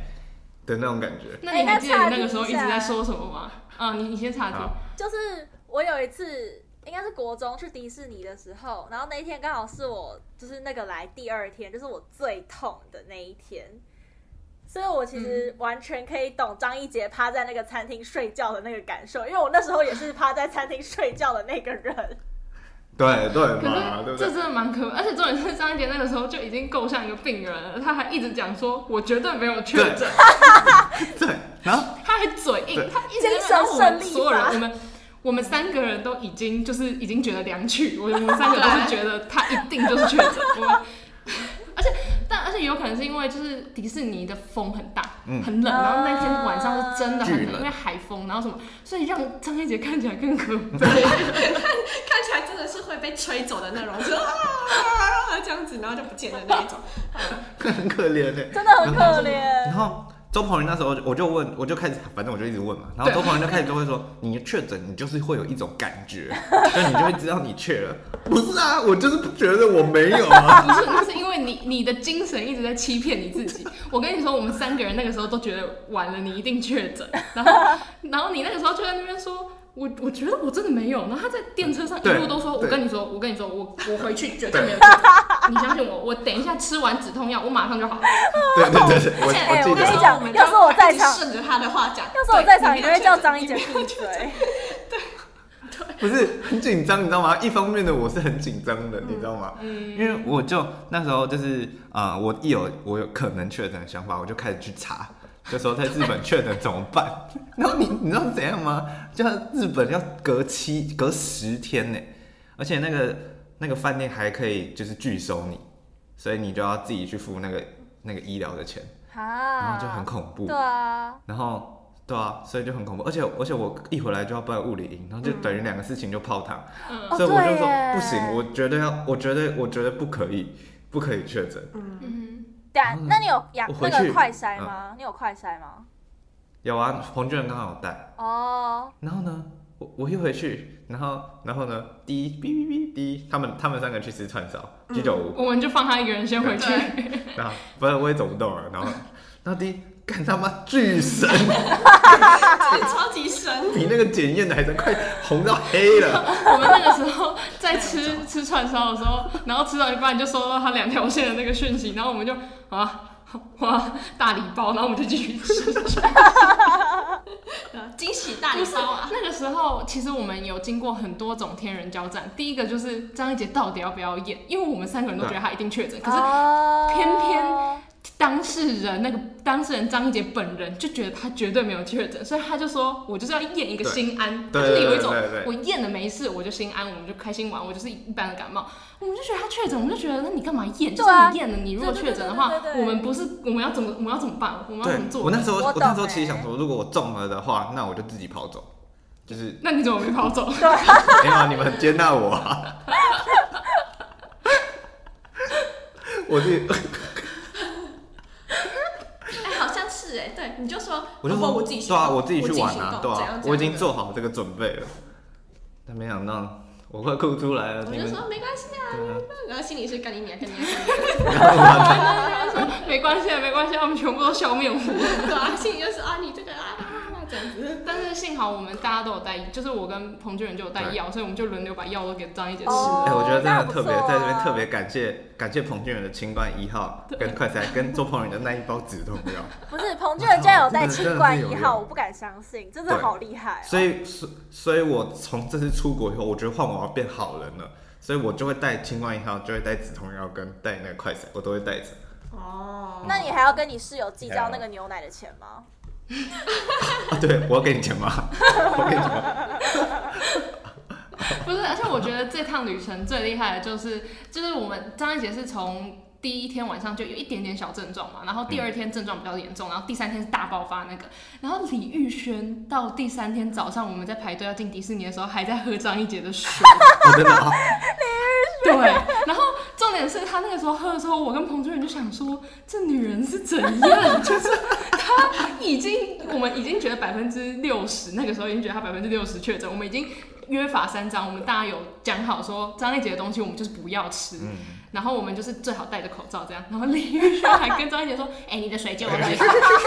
Speaker 3: 的那种感觉。
Speaker 2: 那
Speaker 1: 哎
Speaker 2: 你还记得你那个时候一直在说什么吗？啊，你你先插
Speaker 3: 好
Speaker 2: 题。
Speaker 1: 就是我有一次，应该是国中去迪士尼的时候，然后那一天刚好是我就是那个来第二天，就是我最痛的那一天，所以我其实完全可以懂张一杰趴在那个餐厅睡觉的那个感受，因为我那时候也是趴在餐厅睡觉的那个人。
Speaker 3: 对对嘛，啊对
Speaker 2: 可是这
Speaker 3: 不
Speaker 2: 真
Speaker 3: 对？
Speaker 2: 的蛮可怕，而且重点是张一杰那个时候就已经够像一个病人了，他还一直讲说我绝对没有确诊，
Speaker 3: 对， 然后
Speaker 2: 他还嘴硬
Speaker 3: 对，
Speaker 2: 他一直在
Speaker 1: 精神
Speaker 2: 那边然后我们
Speaker 1: 胜利
Speaker 2: 所有人
Speaker 1: 法
Speaker 2: 我们。我们三个人都已经就是已经觉得良去，我我们三个都是觉得他一定就是确诊。我们而且但而且有可能是因为就是迪士尼的风很大，
Speaker 3: 嗯
Speaker 2: 很冷，然后那天晚上是真的很
Speaker 3: 巨
Speaker 2: 冷，
Speaker 3: 冷
Speaker 2: 因为海风，然后什么，所以让张一杰看起来更可怕。
Speaker 4: 看起来真的是会被吹走的那种，就啊这样子，然后就不见的那一种。
Speaker 3: 很可怜的、
Speaker 1: 真的很可怜
Speaker 3: 然。后周鹏宇那时候我就问，我就开始，反正我就一直问嘛。然后周鹏宇就开始就会说，你确诊，你就是会有一种感觉，就你就会知道你确了。 不是啊，我就是不觉得我没有啊。
Speaker 2: 不是，那是因为你你的精神一直在欺骗你自己。我跟你说，我们三个人那个时候都觉得完了，你一定确诊。然后，然后你那个时候就在那边说，我我觉得我真的没有。然后他在电车上一路
Speaker 3: 对
Speaker 2: 都说，我
Speaker 3: 对
Speaker 2: 跟你说，我跟你说，我我回去绝对没有确诊。你相信我，我等一下吃完止痛药，我马上就好了。
Speaker 3: 对对对对，我
Speaker 4: 而且哎
Speaker 3: 我
Speaker 1: 我
Speaker 3: 记
Speaker 1: 跟你
Speaker 3: 得。
Speaker 1: 讲
Speaker 4: 我们
Speaker 1: 要是我在场
Speaker 4: 就一直顺着他的话讲，
Speaker 1: 要是我在场，
Speaker 4: 对
Speaker 1: 你就会叫张一。
Speaker 4: 你
Speaker 1: 杰
Speaker 4: 没有
Speaker 1: 闭嘴。
Speaker 3: 不是很紧张，你知道吗？一方面的我是很紧张的，你知道吗？因为我就那时候就是啊、呃我一有我有可能确诊的想法，我就开始去查，就说在日本确诊怎么办？ 然后你你知道怎样吗？就日本要隔七隔十天呢，而且那个那个饭店还可以就是拒收你，所以你就要自己去付那个那个医疗的钱，然
Speaker 1: 啊
Speaker 3: 后就很恐怖。
Speaker 1: 对啊，
Speaker 3: 然后对啊，所以就很恐怖，而且而且我一回来就要办物理营，然后就等于两个事情就泡汤，
Speaker 1: 哦
Speaker 3: 所以我就
Speaker 1: 对
Speaker 3: 说
Speaker 1: 耶
Speaker 3: 不行，我觉得要，我觉得我觉得不可以，不可以确诊。
Speaker 2: 嗯，
Speaker 1: 对啊。那你有养
Speaker 3: 我回
Speaker 1: 那
Speaker 3: 去嗯
Speaker 1: 个快筛吗？你有快筛吗？
Speaker 3: 有啊，黄俊仁刚好有带，
Speaker 1: 哦，
Speaker 3: 然后呢，我我一回去，然后然后呢，第一哔哔哔，第一，他们他们三个去吃串烧，
Speaker 1: 嗯
Speaker 3: 居酒屋，
Speaker 2: 我们就放他一个人先回去。
Speaker 3: 然后不然我也走不动了，然后然后第一，干他妈巨神，
Speaker 4: 真的超级神。
Speaker 3: 比那个检验的还神，快红到黑了。
Speaker 2: 我们那个时候在吃 吃串烧的时候，然后吃到一半就收到他两条线的那个讯息，然后我们就啊哇大礼包，然后我们就继续吃。
Speaker 4: 惊喜大礼包啊！
Speaker 2: 那个时候其实我们有经过很多种天人交战，第一个就是张一杰到底要不要演，因为我们三个人都觉得他一定确诊，
Speaker 1: 啊
Speaker 2: 可是
Speaker 1: 是
Speaker 2: 偏偏当事人那个当事人张一杰本人就觉得他绝对没有确诊，所以他就说我就是要验一个心安，
Speaker 3: 对
Speaker 2: 他
Speaker 3: 对
Speaker 2: 就是有一种
Speaker 3: 对对对
Speaker 2: 我验了没事，我就心安，我们就开心玩，我就是一般的感冒，我们就觉得他确诊，我们就觉得那你干嘛验？
Speaker 1: 对
Speaker 2: 就是
Speaker 1: 啊
Speaker 2: 你验了，你如果
Speaker 1: 对
Speaker 2: 确
Speaker 1: 对对
Speaker 2: 诊的话
Speaker 1: 对对，对
Speaker 2: 我们不是我们要怎么我们要怎么办？我们要
Speaker 3: 对
Speaker 2: 怎么，做？
Speaker 3: 我那时候，
Speaker 1: 我
Speaker 3: 我
Speaker 1: 懂
Speaker 3: 那时候其实
Speaker 1: 欸
Speaker 3: 想说，如果我中了的话，那我就自己跑走，就是
Speaker 2: 那你怎么没跑走？
Speaker 3: 没有啊，你们很接纳我啊。我是
Speaker 4: 哎，好像是哎，对，你就说，
Speaker 3: 我就
Speaker 4: 哦不
Speaker 3: 说，
Speaker 4: 我自己
Speaker 3: 对啊，我自己
Speaker 4: 己
Speaker 3: 去玩啊，
Speaker 4: 行动
Speaker 3: 对
Speaker 4: 怎
Speaker 3: 啊
Speaker 4: 样，
Speaker 3: 我已经
Speaker 4: 怎样
Speaker 3: 做好这个准备了，但没想到我快哭出来了。
Speaker 4: 我
Speaker 3: 你
Speaker 4: 就
Speaker 3: 们
Speaker 4: 说没关系啊，
Speaker 3: 对啊
Speaker 4: 然后心里是干你娘，干你娘，
Speaker 2: 没关系，啊没关系，他们全部都笑面虎。
Speaker 4: 对啊，心里就是啊，你这个啊啊啊啊这样子，
Speaker 2: 但是幸好我们大家都有带，就是我跟彭俊仁就有带
Speaker 3: 对
Speaker 2: 药，所以我们就轮流把药都给张一姐吃了。
Speaker 1: 哦
Speaker 3: 哎、我觉得真
Speaker 1: 那
Speaker 3: 的
Speaker 1: 不
Speaker 3: 特别，
Speaker 1: 错啊
Speaker 3: 在这边特别感谢感谢彭俊仁的清冠一号跟快餐跟周鹏宇的那一包止痛药，
Speaker 1: 不
Speaker 2: 哦
Speaker 1: 是彭俊仁居然有带清冠一
Speaker 3: 真的是有
Speaker 1: 号，
Speaker 3: 用
Speaker 1: 我不敢相信，真的好厉害、哦。
Speaker 3: 所以所所以，我从这次出国以后，我觉得换我要变好人了，所以我就会带清冠一号，就会带止痛药跟带那个快餐，我都会带着。
Speaker 4: 哦，
Speaker 1: 那你还要跟你室友计较那个牛奶的钱吗？
Speaker 3: 啊，对，我要给你钱吗？ 我给你钱吗？
Speaker 2: 不是，而且我觉得这趟旅程最厉害的就是，就是我们张一杰是从第一天晚上就有一点点小症状嘛，然后第二天症状比较严重，然后第三天是大爆发那个，然后李玉轩到第三天早上我们在排队要进迪士尼的时候还在喝张一杰的水，
Speaker 3: 我真的啊，
Speaker 2: 对，然后重点是他那个时候喝的时候，我跟彭俊仁就想说，这女人是怎样，就是她已经我们已经觉得百分之六十，那个时候已经觉得他百分之六十确诊，我们已经约法三章，我们大家有讲好说张丽姐的东西我们就是不要吃，
Speaker 3: 嗯，
Speaker 2: 然后我们就是最好戴着口罩这样。然后李玉轩还跟张丽姐说：“哎、你的水借我喝一口。
Speaker 4: 就是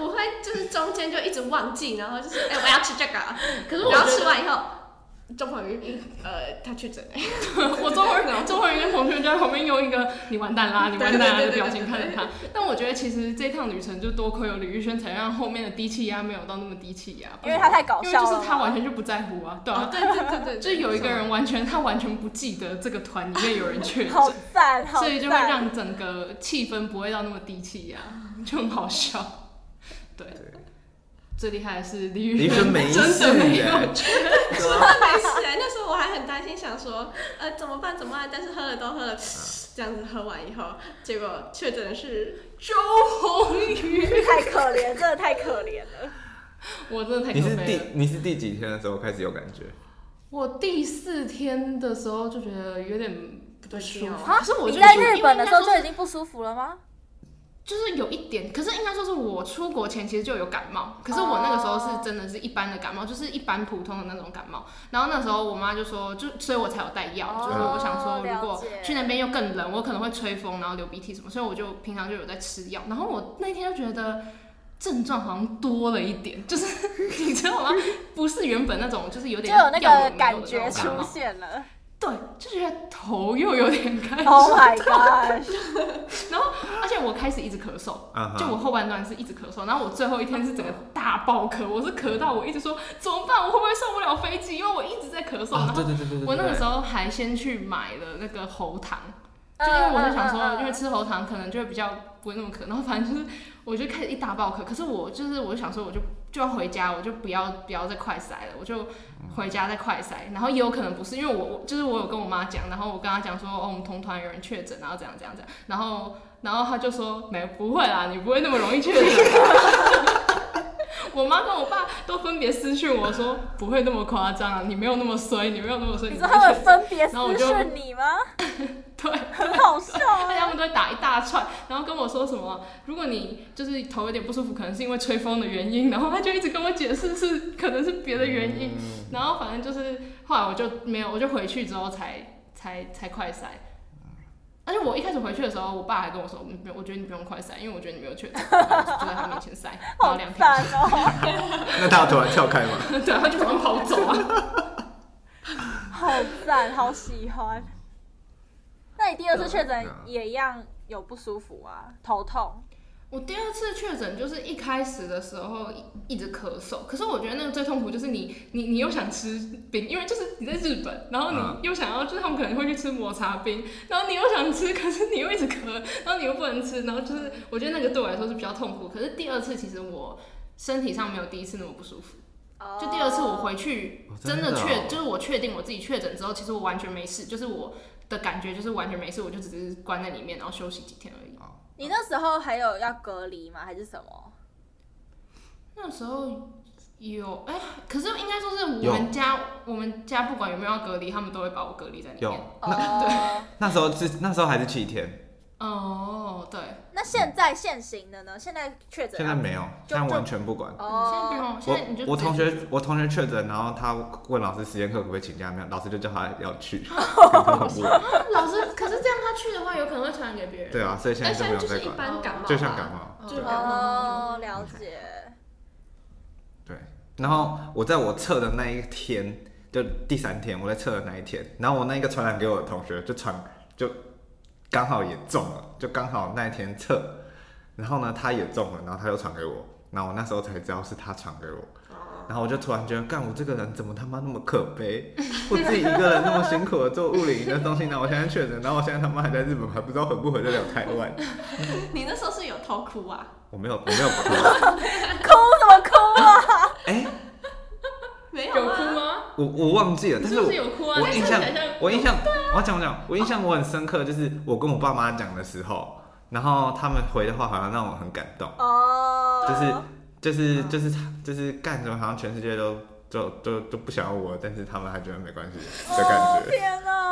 Speaker 4: 我我会就是中间就一直忘记，然后就是哎、我要吃这个，”
Speaker 2: 可是我
Speaker 4: 然后
Speaker 2: 觉
Speaker 4: 吃
Speaker 2: 得，
Speaker 4: 完以后，钟鹏宇呃他确诊了，
Speaker 2: 我周慧周慧跟同学就在旁边用一个“你完蛋啦，你完蛋啦”
Speaker 4: 对对对
Speaker 2: 的表
Speaker 4: 对
Speaker 2: 情
Speaker 4: 对
Speaker 2: 看着他。但我觉得其实这趟旅程就多亏有李玉轩，才让后面的低气压没有到那么低气压。
Speaker 1: 因为他太搞
Speaker 2: 嗯因为
Speaker 1: 笑啊了，
Speaker 2: 就是他完全就不在乎啊，对啊
Speaker 4: 哦，对对对对，
Speaker 2: 就是有一个人完全他完全不记得这个团里面有人确 诊，
Speaker 1: 好赞，好赞
Speaker 2: 所以就会让整个气氛不会到那么低气压， 就很好笑。对，
Speaker 3: 对
Speaker 2: 最厉害的是李宇
Speaker 3: 李轩没 事
Speaker 2: 真的没有
Speaker 3: 哎，
Speaker 4: 真的 没事哎、那时候我还很担心，想说呃怎么办怎么办，但是喝了都
Speaker 3: 啊
Speaker 4: 喝了，这样子喝完以后，结果确诊是
Speaker 2: 周鸿宇，
Speaker 1: 太可怜，真的太可 怜了。
Speaker 2: 我真的太
Speaker 3: 你是
Speaker 2: 可悲
Speaker 3: 第
Speaker 2: 了。
Speaker 3: 你是第几天的时候开始有感觉？
Speaker 2: 我第四天的时候就觉得有点不对哦舒服，
Speaker 1: 啊
Speaker 2: 可是我
Speaker 1: 你
Speaker 2: 就
Speaker 1: 在
Speaker 2: 觉得
Speaker 1: 日本的时候
Speaker 2: 因为那
Speaker 1: 就已经不舒服了吗？
Speaker 2: 就是有一点，可是应该说是我出国前其实就有感冒，可是我那个时候是真的是一般的感冒，就是一般普通的那种感冒。然后那时候我妈就说，就所以我才有带药，
Speaker 1: 哦
Speaker 2: 就是我想说如
Speaker 1: 了
Speaker 2: 果
Speaker 1: 解
Speaker 2: 去那边又更冷，我可能会吹风，然后流鼻涕什么，所以我就平常就有在吃药。然后我那天就觉得。症状好像多了一点，就是你知道吗？不是原本那种，就是有
Speaker 1: 就
Speaker 2: 点
Speaker 1: 有那
Speaker 2: 药有没有
Speaker 1: 个
Speaker 2: 的
Speaker 1: 感
Speaker 2: 种
Speaker 1: 觉
Speaker 2: 感
Speaker 1: 出
Speaker 2: 冒
Speaker 1: 现了。
Speaker 2: 对，就觉得头又有点开始
Speaker 1: Oh my god！
Speaker 2: 而且我开始一直咳嗽，
Speaker 3: 啊哈
Speaker 2: 就我后半段是一直咳嗽，然后我最后一天是整个大爆咳，我是咳到我一直说怎么办，我会不会上不了飞机？因为我一直在咳嗽。
Speaker 3: 啊
Speaker 2: 然，
Speaker 3: 对
Speaker 2: 后
Speaker 3: 对对对对，
Speaker 2: 我那个时
Speaker 3: 候
Speaker 2: 候还先去买了那个喉糖， 就因为我就想
Speaker 1: 嗯
Speaker 2: 说，因为吃喉糖可能就会比较不会那么咳，然后反正就是我就开始一大爆咳，可是我就是我就想说，我就就要回家，我就不要不要再快塞了，我就回家再快塞，然后也有可能不是，因为我我就是我有跟我妈讲，然后我跟她讲说，哦，我们同团有人确诊，然啊后怎样怎样怎样，然后然后她就说没不会啦，你不会那么容易确诊。 我妈跟我爸都分别私讯我说不会那么夸张啊，你没有那么衰，你没有那么衰。
Speaker 1: 嗯你
Speaker 2: 不
Speaker 1: 说
Speaker 2: 会
Speaker 1: 他们
Speaker 2: 确诊
Speaker 1: 分别
Speaker 2: 然后我
Speaker 1: 私
Speaker 2: 就
Speaker 1: 讯你吗？
Speaker 2: 对，
Speaker 1: 很好 笑
Speaker 2: 而
Speaker 1: 啊！
Speaker 2: 且他们都会打一大串，然后跟我说什么，如果你就是头有点不舒服，可能是因为吹风的原因，然后他就一直跟我解释是可能是别的原因，然后反正就是后来我就没有，我就回去之后才才才快塞。而且我一开始回去的时候，我爸还跟我说，你不用，我觉得你不用快塞，因为我觉得你没有确诊，然后我就在他面前塞，然后
Speaker 1: 好
Speaker 2: 两天
Speaker 1: 赞哦，
Speaker 3: 那他有突然跳开吗？
Speaker 2: 对，他就马上跑走啊。
Speaker 1: 好赞，好喜欢。那你第二次确
Speaker 3: 啊
Speaker 1: 诊也一样有不舒服啊，头痛。
Speaker 2: 我第二次确诊就是一开始的时候一一直咳嗽，可是我觉得那个最痛苦就是你你你又想吃冰，因为就是你在日本，然后
Speaker 3: 嗯
Speaker 2: 你又想要，就是他们可能会去吃抹茶冰，然后你又想吃，可是你又一直咳，然后你又不能吃，然后就是我觉得那个对我来说是比较痛苦。可是第二次其实我身体上没有第一次那么不舒服，就第二次我回去
Speaker 3: 哦
Speaker 2: 真的
Speaker 3: 真的哦
Speaker 2: 确就是我确定我自己确诊之后，其实我完全没事，就是我的感觉就是完全没事，我就只是关在里面然后休息几天而已。
Speaker 1: 你那时候还有要隔离吗？还是什 么？
Speaker 2: 那时候有哎、可是应该说是
Speaker 3: 有
Speaker 2: 我们家，我们家不管有没有要隔离，他们都会把我隔离在里面。
Speaker 3: 有，那
Speaker 1: 哦，
Speaker 3: 那时候是那时候还是七天，
Speaker 2: 哦，对，
Speaker 1: 那现在现行的呢？现在确
Speaker 2: 啊
Speaker 1: 诊
Speaker 3: 现在没有，
Speaker 1: 就
Speaker 3: 现在完全不管。
Speaker 1: 哦，
Speaker 2: 现在不用，现在你就
Speaker 3: 我我
Speaker 2: 直接
Speaker 3: 同学我同学确诊，然后他问老师实验课可不可以请假，没有，老师就叫他要去，很恐怖。
Speaker 2: 老师，可是这样他去的话，有可能会传染给别人。
Speaker 3: 对啊，所以现在
Speaker 4: 哎
Speaker 3: 就
Speaker 4: 现
Speaker 3: 没
Speaker 4: 在
Speaker 3: 有
Speaker 4: 就
Speaker 3: 在
Speaker 4: 是一
Speaker 3: 管，
Speaker 4: 般感冒啊，
Speaker 3: 就像感
Speaker 2: 哦
Speaker 3: 冒。
Speaker 4: 就
Speaker 3: 对
Speaker 4: 感冒
Speaker 1: 哦，了解。
Speaker 3: 对，然后我在我测的那一天，就第三天，我在测的那一天，然后我那个传染给我的同学就传就刚好也中了，就刚好那一天测，然后呢他也中了，然后他又传给我，然后我那时候才知道是他传给我。然后我就突然觉得，干我这个人怎么他妈那么可悲？我自己一个人那么辛苦的做物理的东西，然后我现在确诊，然后我现在他妈还在日本，还不知道回不回得了台湾。
Speaker 4: 你那时候是有偷哭啊？
Speaker 3: 我没有，我没有哭。
Speaker 1: 哭怎么哭啊？
Speaker 3: 哎、
Speaker 4: 没有
Speaker 2: 有哭
Speaker 4: 啊？
Speaker 2: 吗？
Speaker 3: 我我忘记了，
Speaker 2: 你
Speaker 3: 但
Speaker 2: 是
Speaker 3: 是我
Speaker 2: 不是有哭啊？
Speaker 3: 我
Speaker 2: 你
Speaker 3: 印
Speaker 2: 看
Speaker 3: 象
Speaker 2: 起来像，
Speaker 3: 我印象，我要讲我讲，我印象我很深刻，就是我跟我爸妈讲的时候，然后他们回的话好像让我很感动，
Speaker 1: 哦，
Speaker 3: 就是就是就是就是干什么，好像全世界都都都都不想要我，但是他们还觉得没关系的感觉。
Speaker 1: 哦天哪！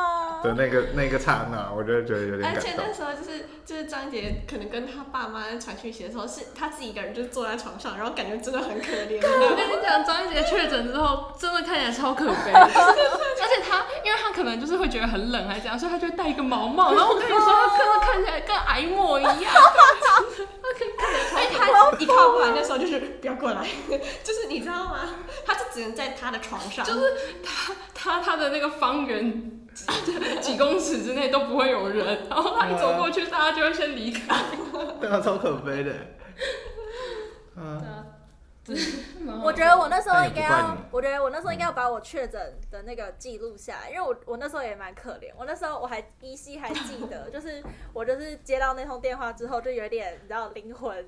Speaker 3: 的那个那个刹那，我就觉得有点
Speaker 4: 而
Speaker 3: 感
Speaker 4: 且
Speaker 3: 动
Speaker 4: 那。时候就是就是张杰可能跟他爸妈在传讯息的时候，是他自己一个人就坐在床上，然后感觉真的很可怜。
Speaker 2: 我跟你讲，张一杰确诊之后，真的看起来超可悲的， 而且他，因为他可能就是会觉得很冷，还是怎样，所以他就会戴一个毛帽。然后我跟你说，他真的看起来跟癌末一样，真的 他看看起来超可
Speaker 4: 他
Speaker 2: 怕。
Speaker 4: 一靠过来那时候就是不要过来， 就是你知道吗？他就只能在他的床上，
Speaker 2: 就是他他他的那个方圆 几几公尺之内都不会有人，然后他一走过去，大家就会先离开。
Speaker 3: 对啊，超可悲的。嗯，
Speaker 1: 我觉得我那时候
Speaker 3: 但也
Speaker 1: 应该
Speaker 3: 不怪
Speaker 1: 要
Speaker 3: 你，嗯
Speaker 1: 我觉得我那时候应该要把我确诊的那个记录下来，因为我我那时候也蛮可怜，我那时候我还依稀还记 得，就是我就是接到那通电话之后，就有点你知道灵魂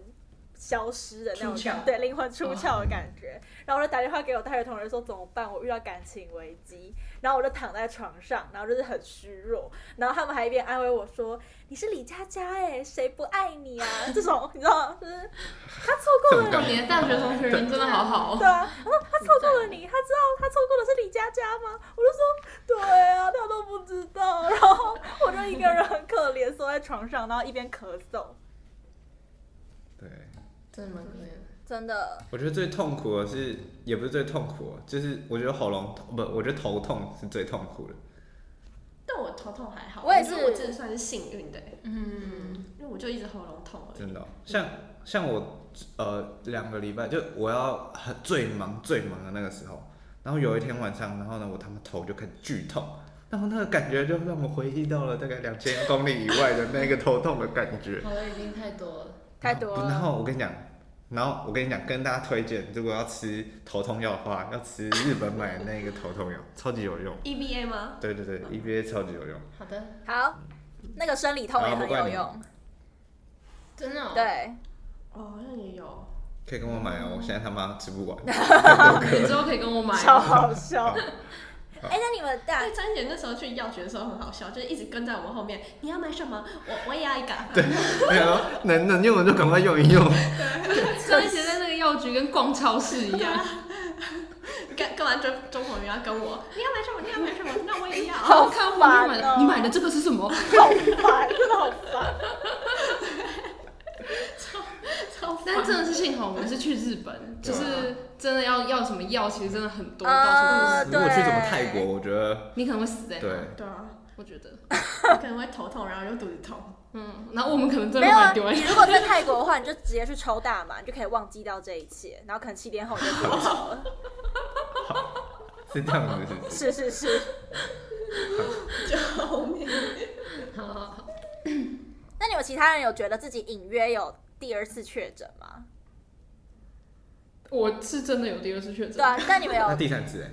Speaker 1: 消失的那种
Speaker 2: 出
Speaker 1: 感
Speaker 2: 窍
Speaker 1: 觉，对，灵魂出窍
Speaker 3: 哦
Speaker 1: 的感觉。然后我就打电话给我大学同学说怎么办，我遇到感情危机，然后我就躺在床上，然后就是很虚弱，然后他们还一边安慰我说你是李佳佳哎，谁不爱你啊？这种你知道吗，就是他错过了
Speaker 3: 这
Speaker 1: 你
Speaker 3: 种感觉
Speaker 2: 你的大学同学人真的好好
Speaker 1: 对
Speaker 2: 哦，
Speaker 1: 啊，他说他错过了你，他知道他错过的是李佳佳吗？我就说对啊，他都不知道。然后我就一个人很可怜，缩在床上，然后一边咳嗽，
Speaker 3: 对，
Speaker 2: 真的蛮可怜的。
Speaker 1: 真的
Speaker 3: 我觉得最痛苦的是，也不是最痛苦的，就是我觉得喉咙痛，不，我觉得头痛是最痛苦的。
Speaker 4: 但我头痛还好，
Speaker 1: 我也
Speaker 4: 觉得
Speaker 1: 是
Speaker 4: 我真的算是幸运的、
Speaker 2: 嗯，
Speaker 4: 因为我就一直喉咙痛而已。
Speaker 3: 真的哦、像像我呃两个礼拜就我要很最忙最忙的那个时候，然后有一天晚上，然后呢我他妈头就开始剧痛，然后那个感觉就让我回忆到了大概两千公里以外的那个头痛的感觉。
Speaker 2: 好的已经太多了。
Speaker 1: 太多
Speaker 3: 然
Speaker 1: 了。
Speaker 3: 后我跟你讲，然后我跟你讲，跟大家推荐，如果要吃头痛药的话，要吃日本买的那个头痛药， 超级有用。
Speaker 4: EVA E 吗？
Speaker 3: 对对对，EVA 超级有用。
Speaker 2: 好的，
Speaker 1: 好，那个生理痛也很有用，
Speaker 2: 真的、哦。
Speaker 1: 对，
Speaker 4: 哦，好像也有。
Speaker 3: 可以跟我买哦，我现在他妈 吃不完。
Speaker 2: 你之后可以跟我买。
Speaker 1: 超好笑
Speaker 3: 好。
Speaker 1: 哎，那你们大
Speaker 4: 但张姐那时候去药局的时候很好笑，就是一直跟在我们后面。你要买什么？我我也要一 个。对，
Speaker 3: 没有，能能用的就赶快用一用。
Speaker 2: 张一杰在那个药局跟逛超市一样，
Speaker 4: 跟跟完周周鹏宇要跟我，你要买什么？你要买什么？那我也要。
Speaker 2: 好看我
Speaker 1: 烦哦
Speaker 2: 就买的，你买的这个是什么？
Speaker 1: 好烦，真的好烦。
Speaker 4: 超烦
Speaker 2: 但真的是幸好我们是去日本，
Speaker 3: 对
Speaker 2: 就
Speaker 3: 啊
Speaker 2: 是真的要要什么药，其实真的很多，到处都
Speaker 1: 啊
Speaker 2: 是。
Speaker 3: 如果去什么泰国，我觉得
Speaker 2: 你可能会死在那
Speaker 3: 对。
Speaker 4: 对啊，
Speaker 2: 我觉得，
Speaker 4: 我可能会头痛，然后又肚子痛。
Speaker 2: 嗯，然后我们可能真
Speaker 1: 没
Speaker 2: 的
Speaker 1: 有啊，
Speaker 2: 蛮丢人
Speaker 1: 你如果在泰国的话，你就直接去抽大麻，你就可以忘记掉这一切，然后可能七天后你就不抽 了。
Speaker 3: 是这样子，是不
Speaker 1: 是
Speaker 3: 是
Speaker 1: 是是。
Speaker 4: 救命！
Speaker 2: 好好好，
Speaker 1: 那你们其他人有觉得自己隐约有第二次确诊吗？
Speaker 2: 我是真的有第二次 确
Speaker 1: 对
Speaker 2: 诊，
Speaker 1: 啊，那你们
Speaker 3: 那
Speaker 1: 有？
Speaker 3: 第三次哎，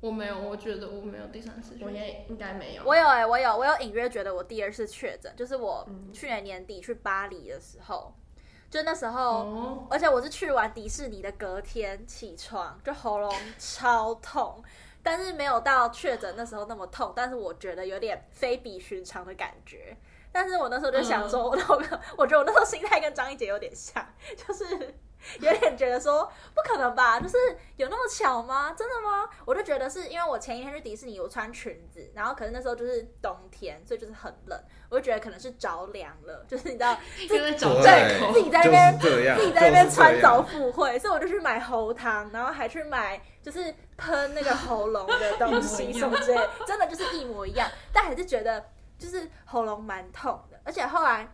Speaker 2: 我没有，我觉得我没有第三次确
Speaker 4: 我
Speaker 2: 诊。
Speaker 4: 也应该没有。
Speaker 1: 我有哎、我有，我有隐约觉得我第二次确诊，就是我
Speaker 4: 嗯
Speaker 1: 去年年底去巴黎的时候，就那时候，
Speaker 2: 哦，
Speaker 1: 而且我是去完迪士尼的隔天起床，就喉咙超痛，但是没有到确诊那时候那么痛，但是我觉得有点非比寻常的感觉。但是我那时候就想说，我那 我觉得我那时候心态跟张一杰有点像，就是有点觉得说不可能吧，就是有那么巧吗？真的吗？我就觉得是因为我前一天去迪士尼，我穿裙子，然后可是那时候就是冬天，所以就是很冷，我就觉得可能是着凉了，就是你知道
Speaker 2: 又在找借
Speaker 3: 对
Speaker 2: 口
Speaker 1: 自。己在那边
Speaker 3: 就是这样，
Speaker 1: 自己在那边
Speaker 3: 就
Speaker 1: 穿
Speaker 3: 是这样
Speaker 1: 凿附会，所以我就去买喉糖，然后还去买就是喷那个喉咙的东西
Speaker 4: 一模一
Speaker 1: 什
Speaker 4: 样
Speaker 1: 么之类的，真的就是一模一样，但还是觉得就是喉咙蛮痛的，而且后来。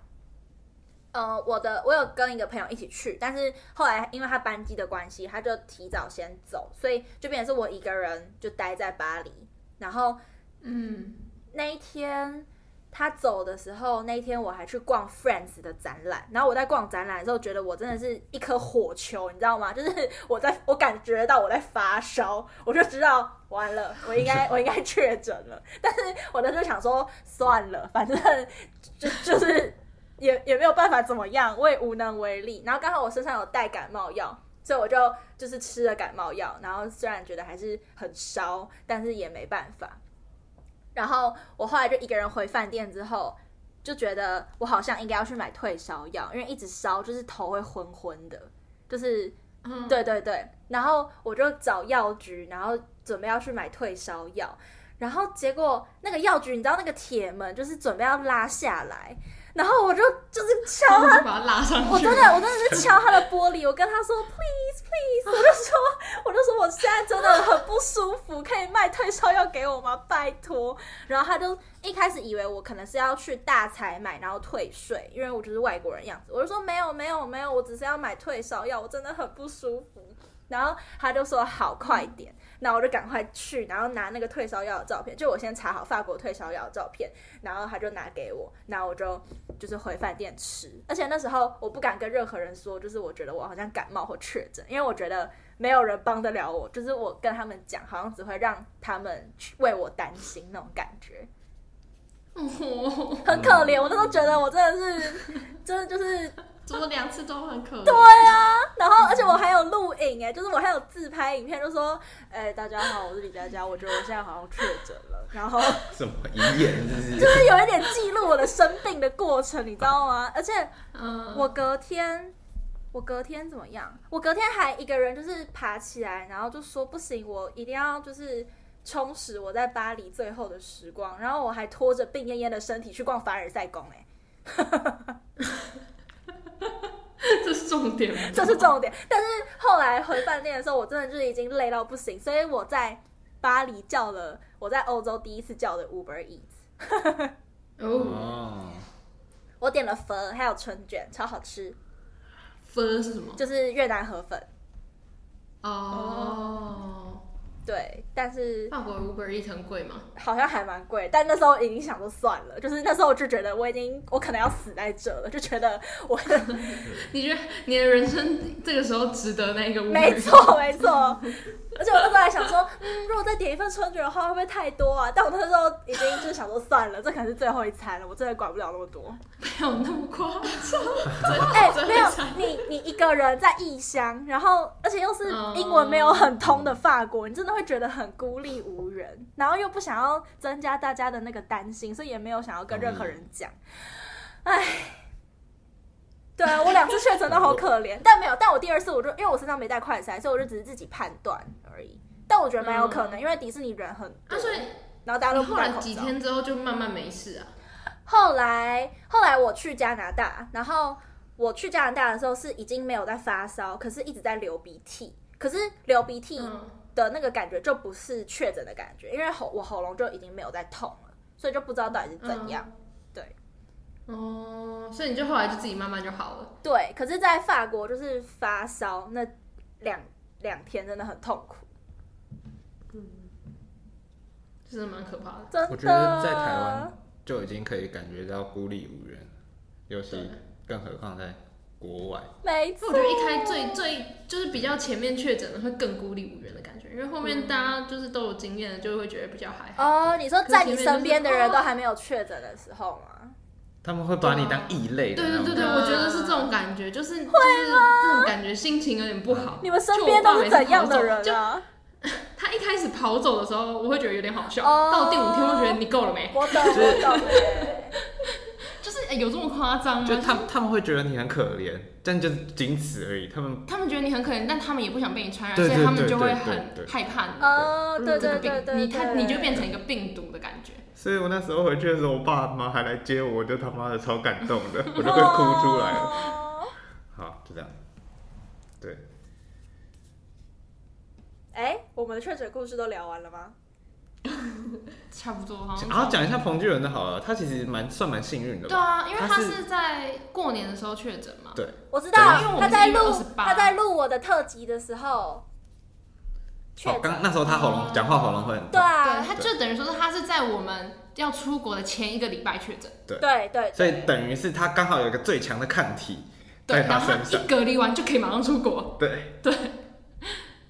Speaker 1: 呃，我的我有跟一个朋友一起去，但是后来因为他班机的关系，他就提早先走，所以就变成是我一个人就待在巴黎。然后
Speaker 2: 嗯，
Speaker 1: 那一天他走的时候，那一天我还去逛 Friends 的展览，然后我在逛展览的时候，觉得我真的是一颗火球，你知道吗？ 就是我在我感觉到我在发烧，我就知道完了，我应该我应该确诊了。 但是我那时候想说算了，反正就就是也也没有办法怎么样，我也无能为力。然后刚好我身上有带感冒药。所以我就就是吃了感冒药，然后虽然觉得还是很烧，但是也没办法。然后我后来就一个人回饭店之后，就觉得我好像应该要去买退烧药，因为一直烧就是头会昏昏的，就是
Speaker 2: 嗯
Speaker 1: 对对对。然后我就找药局，然后准备要去买退烧药。然后结果那个药局，你知道那个铁门就是准备要拉下来，然后我就就是敲
Speaker 2: 就
Speaker 1: 他，
Speaker 2: 把它拉上去。
Speaker 1: 我真的我真的是敲他的玻璃，我跟他说 please please，我就说我就说我现在真的很不舒服，可以卖退烧药给我吗？ 拜托。然后他就一开始以为我可能是要去大采买，然后退税，因为我就是外国人样子，我就说没有没有没有，我只是要买退烧药，我真的很不舒服。然后他就说好，快点。那我就赶快去，然后拿那个退烧药的照片，就我先查好法国退烧药的照片，然后他就拿给我，然后我就就是回饭店吃。而且那时候我不敢跟任何人说，就是我觉得我好像感冒或确诊，因为我觉得没有人帮得了我，就是我跟他们讲，好像只会让他们去为我担心那种感觉，
Speaker 2: 哦，
Speaker 1: 很可怜。我那时候觉得我真的是，真的就是
Speaker 4: 做两次都很可怜。
Speaker 1: 对啊，然后而且我还有录影哎，就是我还有自拍影片，就说，哎、大家好，我是李佳佳，我觉得我现在好像确诊了，然后
Speaker 3: 什么遗言是不是？
Speaker 1: 就是有一点记录我的生病的过程，你知道吗？而且
Speaker 2: 嗯，
Speaker 1: 我隔天，我隔天怎么样？我隔天还一个人就是爬起来，然后就说不行，我一定要就是充实我在巴黎最后的时光。然后我还拖着病恹恹的身体去逛凡尔赛宫、哎，
Speaker 2: 这是重点吗，
Speaker 1: 这是重点。但是后来回饭店的时候，我真的就是已经累到不行，所以我在巴黎叫了我在欧洲第一次叫的 Uber Eats，
Speaker 2: 哦。
Speaker 3: 哦，
Speaker 1: 我点了粉，还有春卷，超好吃，
Speaker 2: 分是什么？
Speaker 1: 就是越南河粉。
Speaker 2: 哦，
Speaker 1: 对，但是
Speaker 2: 法国 Uber Eats 很贵吗？
Speaker 1: 好像还蛮贵，但那时候已经想说算了，就是那时候我就觉得我已经我可能要死在这了，就觉得我
Speaker 2: 你觉得你的人生这个时候值得那一个 Uber？
Speaker 1: 没错没错，而且我那时候还想说，嗯，如果再点一份春卷的话，会不会太多啊？但我那时候已经就是想说算了，这可能是最后一餐了，我真的管不了那么多。
Speaker 2: 没有那么夸张。
Speaker 1: 哎、
Speaker 4: 真的
Speaker 1: 没有你你一个人在异乡，然后而且又是
Speaker 2: 哦
Speaker 1: 英文没有很通的法国，你真的会觉得很孤立无人，然后又不想要增加大家的那个担心，所以也没有想要跟任何人讲。哎，对啊，我两次确诊都好可怜，但没有，但我第二次我就因为我身上没带快筛，所以我就只是自己判断而已。但我觉得蛮有可能，因为迪士尼人很多
Speaker 2: 嗯啊，，所以
Speaker 1: 然后大家
Speaker 2: 你
Speaker 1: 都不
Speaker 2: 后
Speaker 1: 戴
Speaker 2: 来
Speaker 1: 口
Speaker 2: 几
Speaker 1: 罩。
Speaker 2: 天之后就慢慢没事啊？
Speaker 1: 后来后来我去加拿大，然后我去加拿大的时候是已经没有在发烧，可是一直在流鼻涕，可是流鼻涕
Speaker 2: 嗯，
Speaker 1: 的那个感觉就不是确诊的感觉，因为喉我喉咙就已经没有在痛了，所以就不知道到底是怎
Speaker 3: 嗯
Speaker 1: 样。对
Speaker 2: 哦，所以你就后来就自己慢慢就好了。
Speaker 1: 对，可是，在法国就是发烧那两两天真的很痛苦，
Speaker 2: 真的蛮可怕的。
Speaker 1: 真的。
Speaker 3: 我觉得在台湾就已经可以感觉到孤立无人，尤其更何况在国外。
Speaker 1: 没错
Speaker 2: 我，觉得一开最最就是比较前面确诊的会更孤立无援的感觉，因为后面大家就是都有经验了，就会觉得比较还好。
Speaker 1: 哦，你说在你身边的人
Speaker 2: 可是前面就
Speaker 1: 都
Speaker 2: 是
Speaker 1: 还没有确诊的时候吗？
Speaker 3: 他们会把你当异类
Speaker 2: 对
Speaker 3: 的那
Speaker 2: 对
Speaker 3: 种
Speaker 2: 对
Speaker 3: 感
Speaker 2: 对，
Speaker 3: 觉，
Speaker 2: 我觉得是这种感觉，就是就是这种感觉，心情有点不好。
Speaker 1: 你们身边都是怎样的人
Speaker 2: 就
Speaker 1: 啊？
Speaker 2: 他一开始跑走的时候，我会觉得有点好笑，
Speaker 1: 哦
Speaker 2: 到第五天会觉得你够了没？
Speaker 1: 我懂，我懂耶。
Speaker 2: 就是、哎有这么夸张
Speaker 3: 就
Speaker 2: 吗？
Speaker 3: 他他们会觉得你很可怜，但就仅此而已。他们
Speaker 2: 他们觉得你很可怜，但他们也不想被你传染，
Speaker 3: 对
Speaker 2: 所以他
Speaker 3: 对
Speaker 2: 们
Speaker 3: 对
Speaker 2: 就会
Speaker 3: 对
Speaker 2: 很
Speaker 3: 对对
Speaker 2: 害怕你
Speaker 1: 哦，对
Speaker 2: 嗯这
Speaker 1: 对
Speaker 2: 个
Speaker 1: 对
Speaker 2: 病，
Speaker 1: 对，
Speaker 2: 你他
Speaker 1: 对
Speaker 2: 你就变成一个病毒的感觉。
Speaker 3: 所以我那时候回去的时候，我爸妈还来接我，我就他妈的超感动的，我就快哭出来了。
Speaker 1: 哦
Speaker 3: 好，就这样。对，
Speaker 1: 哎，我们的确诊故事都聊完了吗？
Speaker 2: 差不
Speaker 1: 哦
Speaker 2: 多，好像
Speaker 3: 然后讲一下彭巨人的好了，他其实蛮算蛮幸运的
Speaker 2: 对
Speaker 3: 吧？
Speaker 2: 啊，因为
Speaker 3: 他
Speaker 2: 他
Speaker 3: 是
Speaker 2: 是在过年的时候确诊嘛。
Speaker 3: 对，
Speaker 1: 我知
Speaker 3: 对啊
Speaker 1: 道
Speaker 2: 因为我们
Speaker 1: 他在
Speaker 2: 是1月
Speaker 1: 录
Speaker 2: 28
Speaker 1: 他在录我的特辑的时候，确
Speaker 3: 哦，刚
Speaker 1: 诊，
Speaker 3: 那时候他喉咙讲话喉咙会很
Speaker 1: 对
Speaker 3: 痛，
Speaker 2: 对，
Speaker 1: 啊，
Speaker 2: 他就等于说是他是在我们要出国的前一个礼拜确诊，
Speaker 1: 对对
Speaker 3: 所以等于是他刚好有一个最强的抗体在
Speaker 2: 然
Speaker 3: 他
Speaker 2: 后他
Speaker 3: 身上
Speaker 2: 一，隔离完就可以马上出国，
Speaker 3: 对对，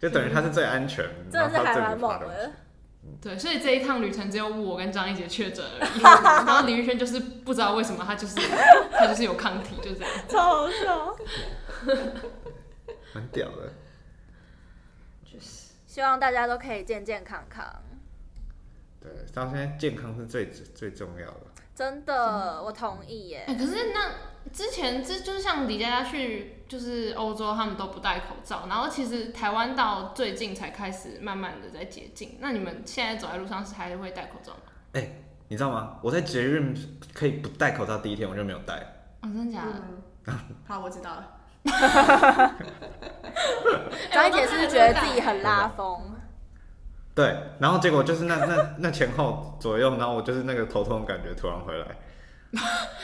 Speaker 3: 就等于他是最安全，
Speaker 1: 真的
Speaker 3: 然
Speaker 1: 是
Speaker 3: 后他
Speaker 1: 还
Speaker 3: 最
Speaker 1: 蛮
Speaker 3: 不怕
Speaker 1: 猛
Speaker 3: 东西
Speaker 1: 的。
Speaker 2: 对，所以这一趟旅程只有我跟张一杰确诊而 已，然后李玉轩就是不知道为什么他就是他就是有抗体，就这样。
Speaker 1: 超好笑。
Speaker 3: 蛮屌的。
Speaker 1: 希望大家都可以健健康康。
Speaker 3: 对，到现在健康是最最重要的。
Speaker 1: 真的，我同意耶。
Speaker 2: 哎、可是那之前这就是像李佳佳去就是欧洲，他们都不戴口罩，然后其实台湾到最近才开始慢慢的在解禁。那你们现在走在路上是还会戴口罩吗？
Speaker 3: 你知道吗？我在捷运可以不戴口罩第一天我就没有戴，
Speaker 2: 哦，真的假的？
Speaker 4: 嗯，好，我知道 了。哎
Speaker 2: 哎
Speaker 1: 张一姐是不是觉得自己很拉风？
Speaker 3: 对，然后结果就是那 那那前后左右，然后我就是那个头痛的感觉突然回来，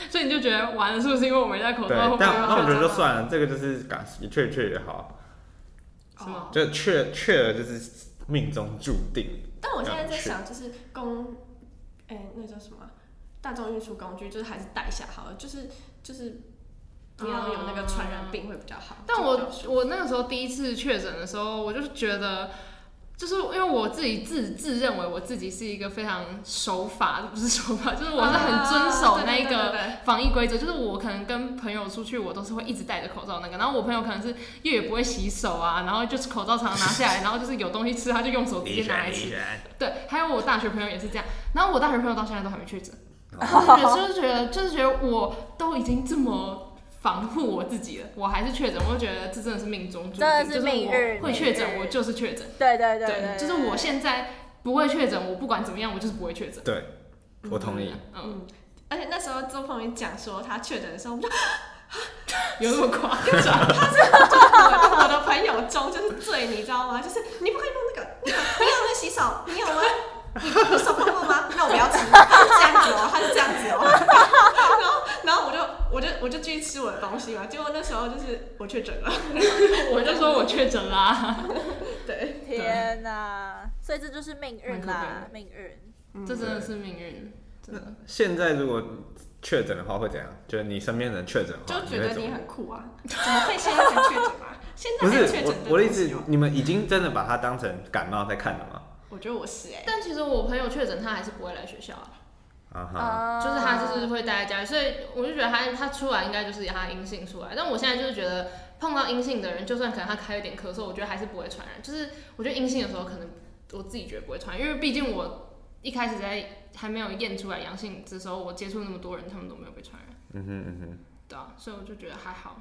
Speaker 2: 所以你就觉得完了，是不是因为我没戴 口
Speaker 3: 对，
Speaker 2: 罩？会不
Speaker 3: 但
Speaker 2: 会又
Speaker 3: 那我觉得就
Speaker 2: 确诊
Speaker 3: 算了，这个就是感确确也好，
Speaker 2: 是
Speaker 4: 哦
Speaker 2: 吗？
Speaker 3: 就确确了就是命中注定，
Speaker 4: 但我现在在想，就是公，哎、那叫什么啊？大众运输工具，就是还是带一下好了，就是就是不要有那个传染病会比较好。
Speaker 2: 但
Speaker 4: 就
Speaker 2: 我
Speaker 4: 比较
Speaker 2: 我那个时候第一次确诊的时候，我就是觉得，就是因为我自己自自认为我自己是一个非常守法，不是守法， 就是我是很遵守
Speaker 4: 啊
Speaker 2: 那
Speaker 4: 对对对
Speaker 2: 个
Speaker 4: 对对
Speaker 2: 防疫规则，就是我可能跟朋友出去，我都是会一直戴着口罩那个，然后我朋友可能是又也不会洗手啊，然后就是口罩常常拿下来，然后就是有东西吃他就用手直接拿来吃，
Speaker 3: 然，
Speaker 2: 对，还有我大学朋友也是这样，然后我大学朋友到现在都还 没确诊，就是觉得就是觉得我都已经这么防护我自己了，我还是确诊，我就觉得这真的是命中注定，
Speaker 1: 真的
Speaker 2: 就是是
Speaker 1: 命日
Speaker 2: 我会确诊
Speaker 1: 命，日
Speaker 2: 我就是确诊，
Speaker 1: 对对对
Speaker 2: 对，就是我现在不会确诊，我不管怎么样，我就是不会确诊。
Speaker 3: 对，我同意，
Speaker 2: 嗯，
Speaker 4: 嗯，而且那时候周鹏宇讲说他确诊的时候，我们就
Speaker 2: 有那么夸张？
Speaker 4: 我我的朋友中就是最，你知道吗？就是你不可以弄那个，你有你有没有洗手？你有吗？你你手碰过吗？那我不要吃，他是这样子哦，他是这样子哦。然后然后我就我就我就继续吃我的东西嘛，结果那时候就是我确诊了，
Speaker 2: 我就说我确诊啦，
Speaker 4: 对，
Speaker 1: 天哪！所以这就是命运
Speaker 2: 蛮可
Speaker 1: 啦
Speaker 2: 悲，
Speaker 1: 命运。
Speaker 2: 这真的是命运，真的。
Speaker 3: 现在如果确诊的话会怎样？就是你身边的人确诊的话，
Speaker 4: 就觉
Speaker 3: 会
Speaker 4: 得
Speaker 3: 怎么
Speaker 4: 你
Speaker 3: 样
Speaker 4: 很酷啊，
Speaker 1: 哦
Speaker 4: 怎么会现在才确诊啊？现在
Speaker 3: 不
Speaker 4: 才
Speaker 3: 是
Speaker 4: 确诊
Speaker 3: 我我的
Speaker 4: 东
Speaker 3: 意思
Speaker 4: 西哦，
Speaker 3: 你们已经真的把它当成感冒在看了吗？
Speaker 4: 我觉得我是哎、
Speaker 2: 但其实我朋友确诊，他还是不会来学校啊，
Speaker 3: 啊哈，
Speaker 1: 啊
Speaker 2: 就是他就是会待在家里，所以我就觉得他他出来应该就是他阴性出来。但我现在就是觉得碰到阴性的人，就算可能他开有点咳嗽，我觉得还是不会传染。就是我觉得阴性的时候，可能我自己觉得不会传染，因为毕竟我一开始在还没有验出来阳性的时候，我接触那么多人，他们都没有被传染，
Speaker 3: 嗯哼嗯哼。
Speaker 2: 对啊，所以我就觉得还好。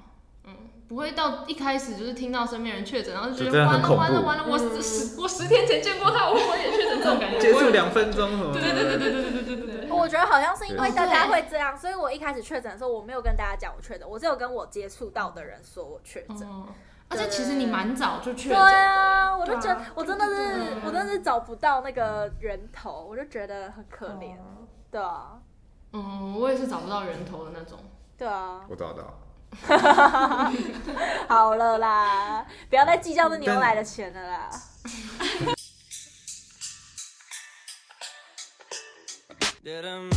Speaker 2: 嗯，不会到一开始就是听到身边人确诊，然后就觉得
Speaker 3: 就真的
Speaker 2: 完
Speaker 3: 很
Speaker 2: 了
Speaker 3: 恐
Speaker 2: 完了
Speaker 3: 怖
Speaker 2: 完了，我十十我十天前见过他，我我也确诊这种感觉。
Speaker 3: 结束
Speaker 2: 对
Speaker 3: 两分钟什哦么？
Speaker 2: 对对对对对对对对对。
Speaker 1: 哦我觉得好像是因为
Speaker 2: 对
Speaker 1: 大家会这样，所以我一开始确诊的时候，我没有跟大家讲我确诊，我只有跟我接触到的人说我确诊。
Speaker 2: 哦，而且其实你蛮早就确
Speaker 1: 对
Speaker 2: 诊了，
Speaker 1: 啊，我就觉
Speaker 4: 对
Speaker 1: 得
Speaker 4: 啊
Speaker 1: 我真的
Speaker 4: 对
Speaker 1: 是
Speaker 4: 对对
Speaker 1: 我真的是找不到那个源头，我就觉得很可怜。
Speaker 4: 哦
Speaker 1: 对啊，
Speaker 2: 嗯，我也是找不到人头的那种。
Speaker 1: 对啊，
Speaker 3: 我找到。
Speaker 1: 好了啦，不要再计较这牛奶的钱了啦。
Speaker 5: Did um,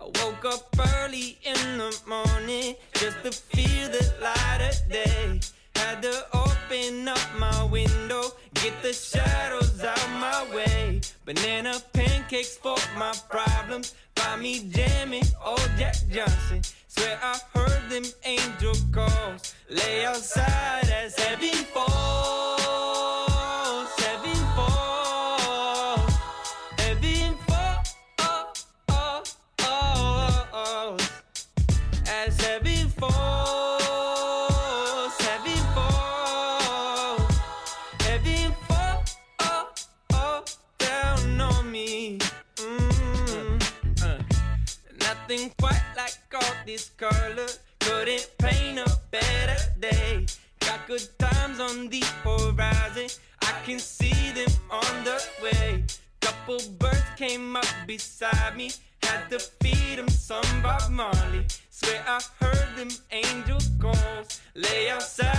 Speaker 5: I woke up early in the morning just to feel the light of day. Had to open up my window, get the shadows out my way. Banana pancakes for my problems. Find me jamming, old Jack Johnson. Swear I heard them angel calls. Lay outside as heaven falls, heaven falls. Heaven falls, as heaven falls, heaven falls, heaven falls down on me. Mm, uh. Nothing quite like all this color. Couldn't paint a better day. Got good times on the horizon. I can see them on the way. Couple birds came up beside me. Had to feed them some Bob Marley. Swear I heard them angel calls. Lay outside Mm.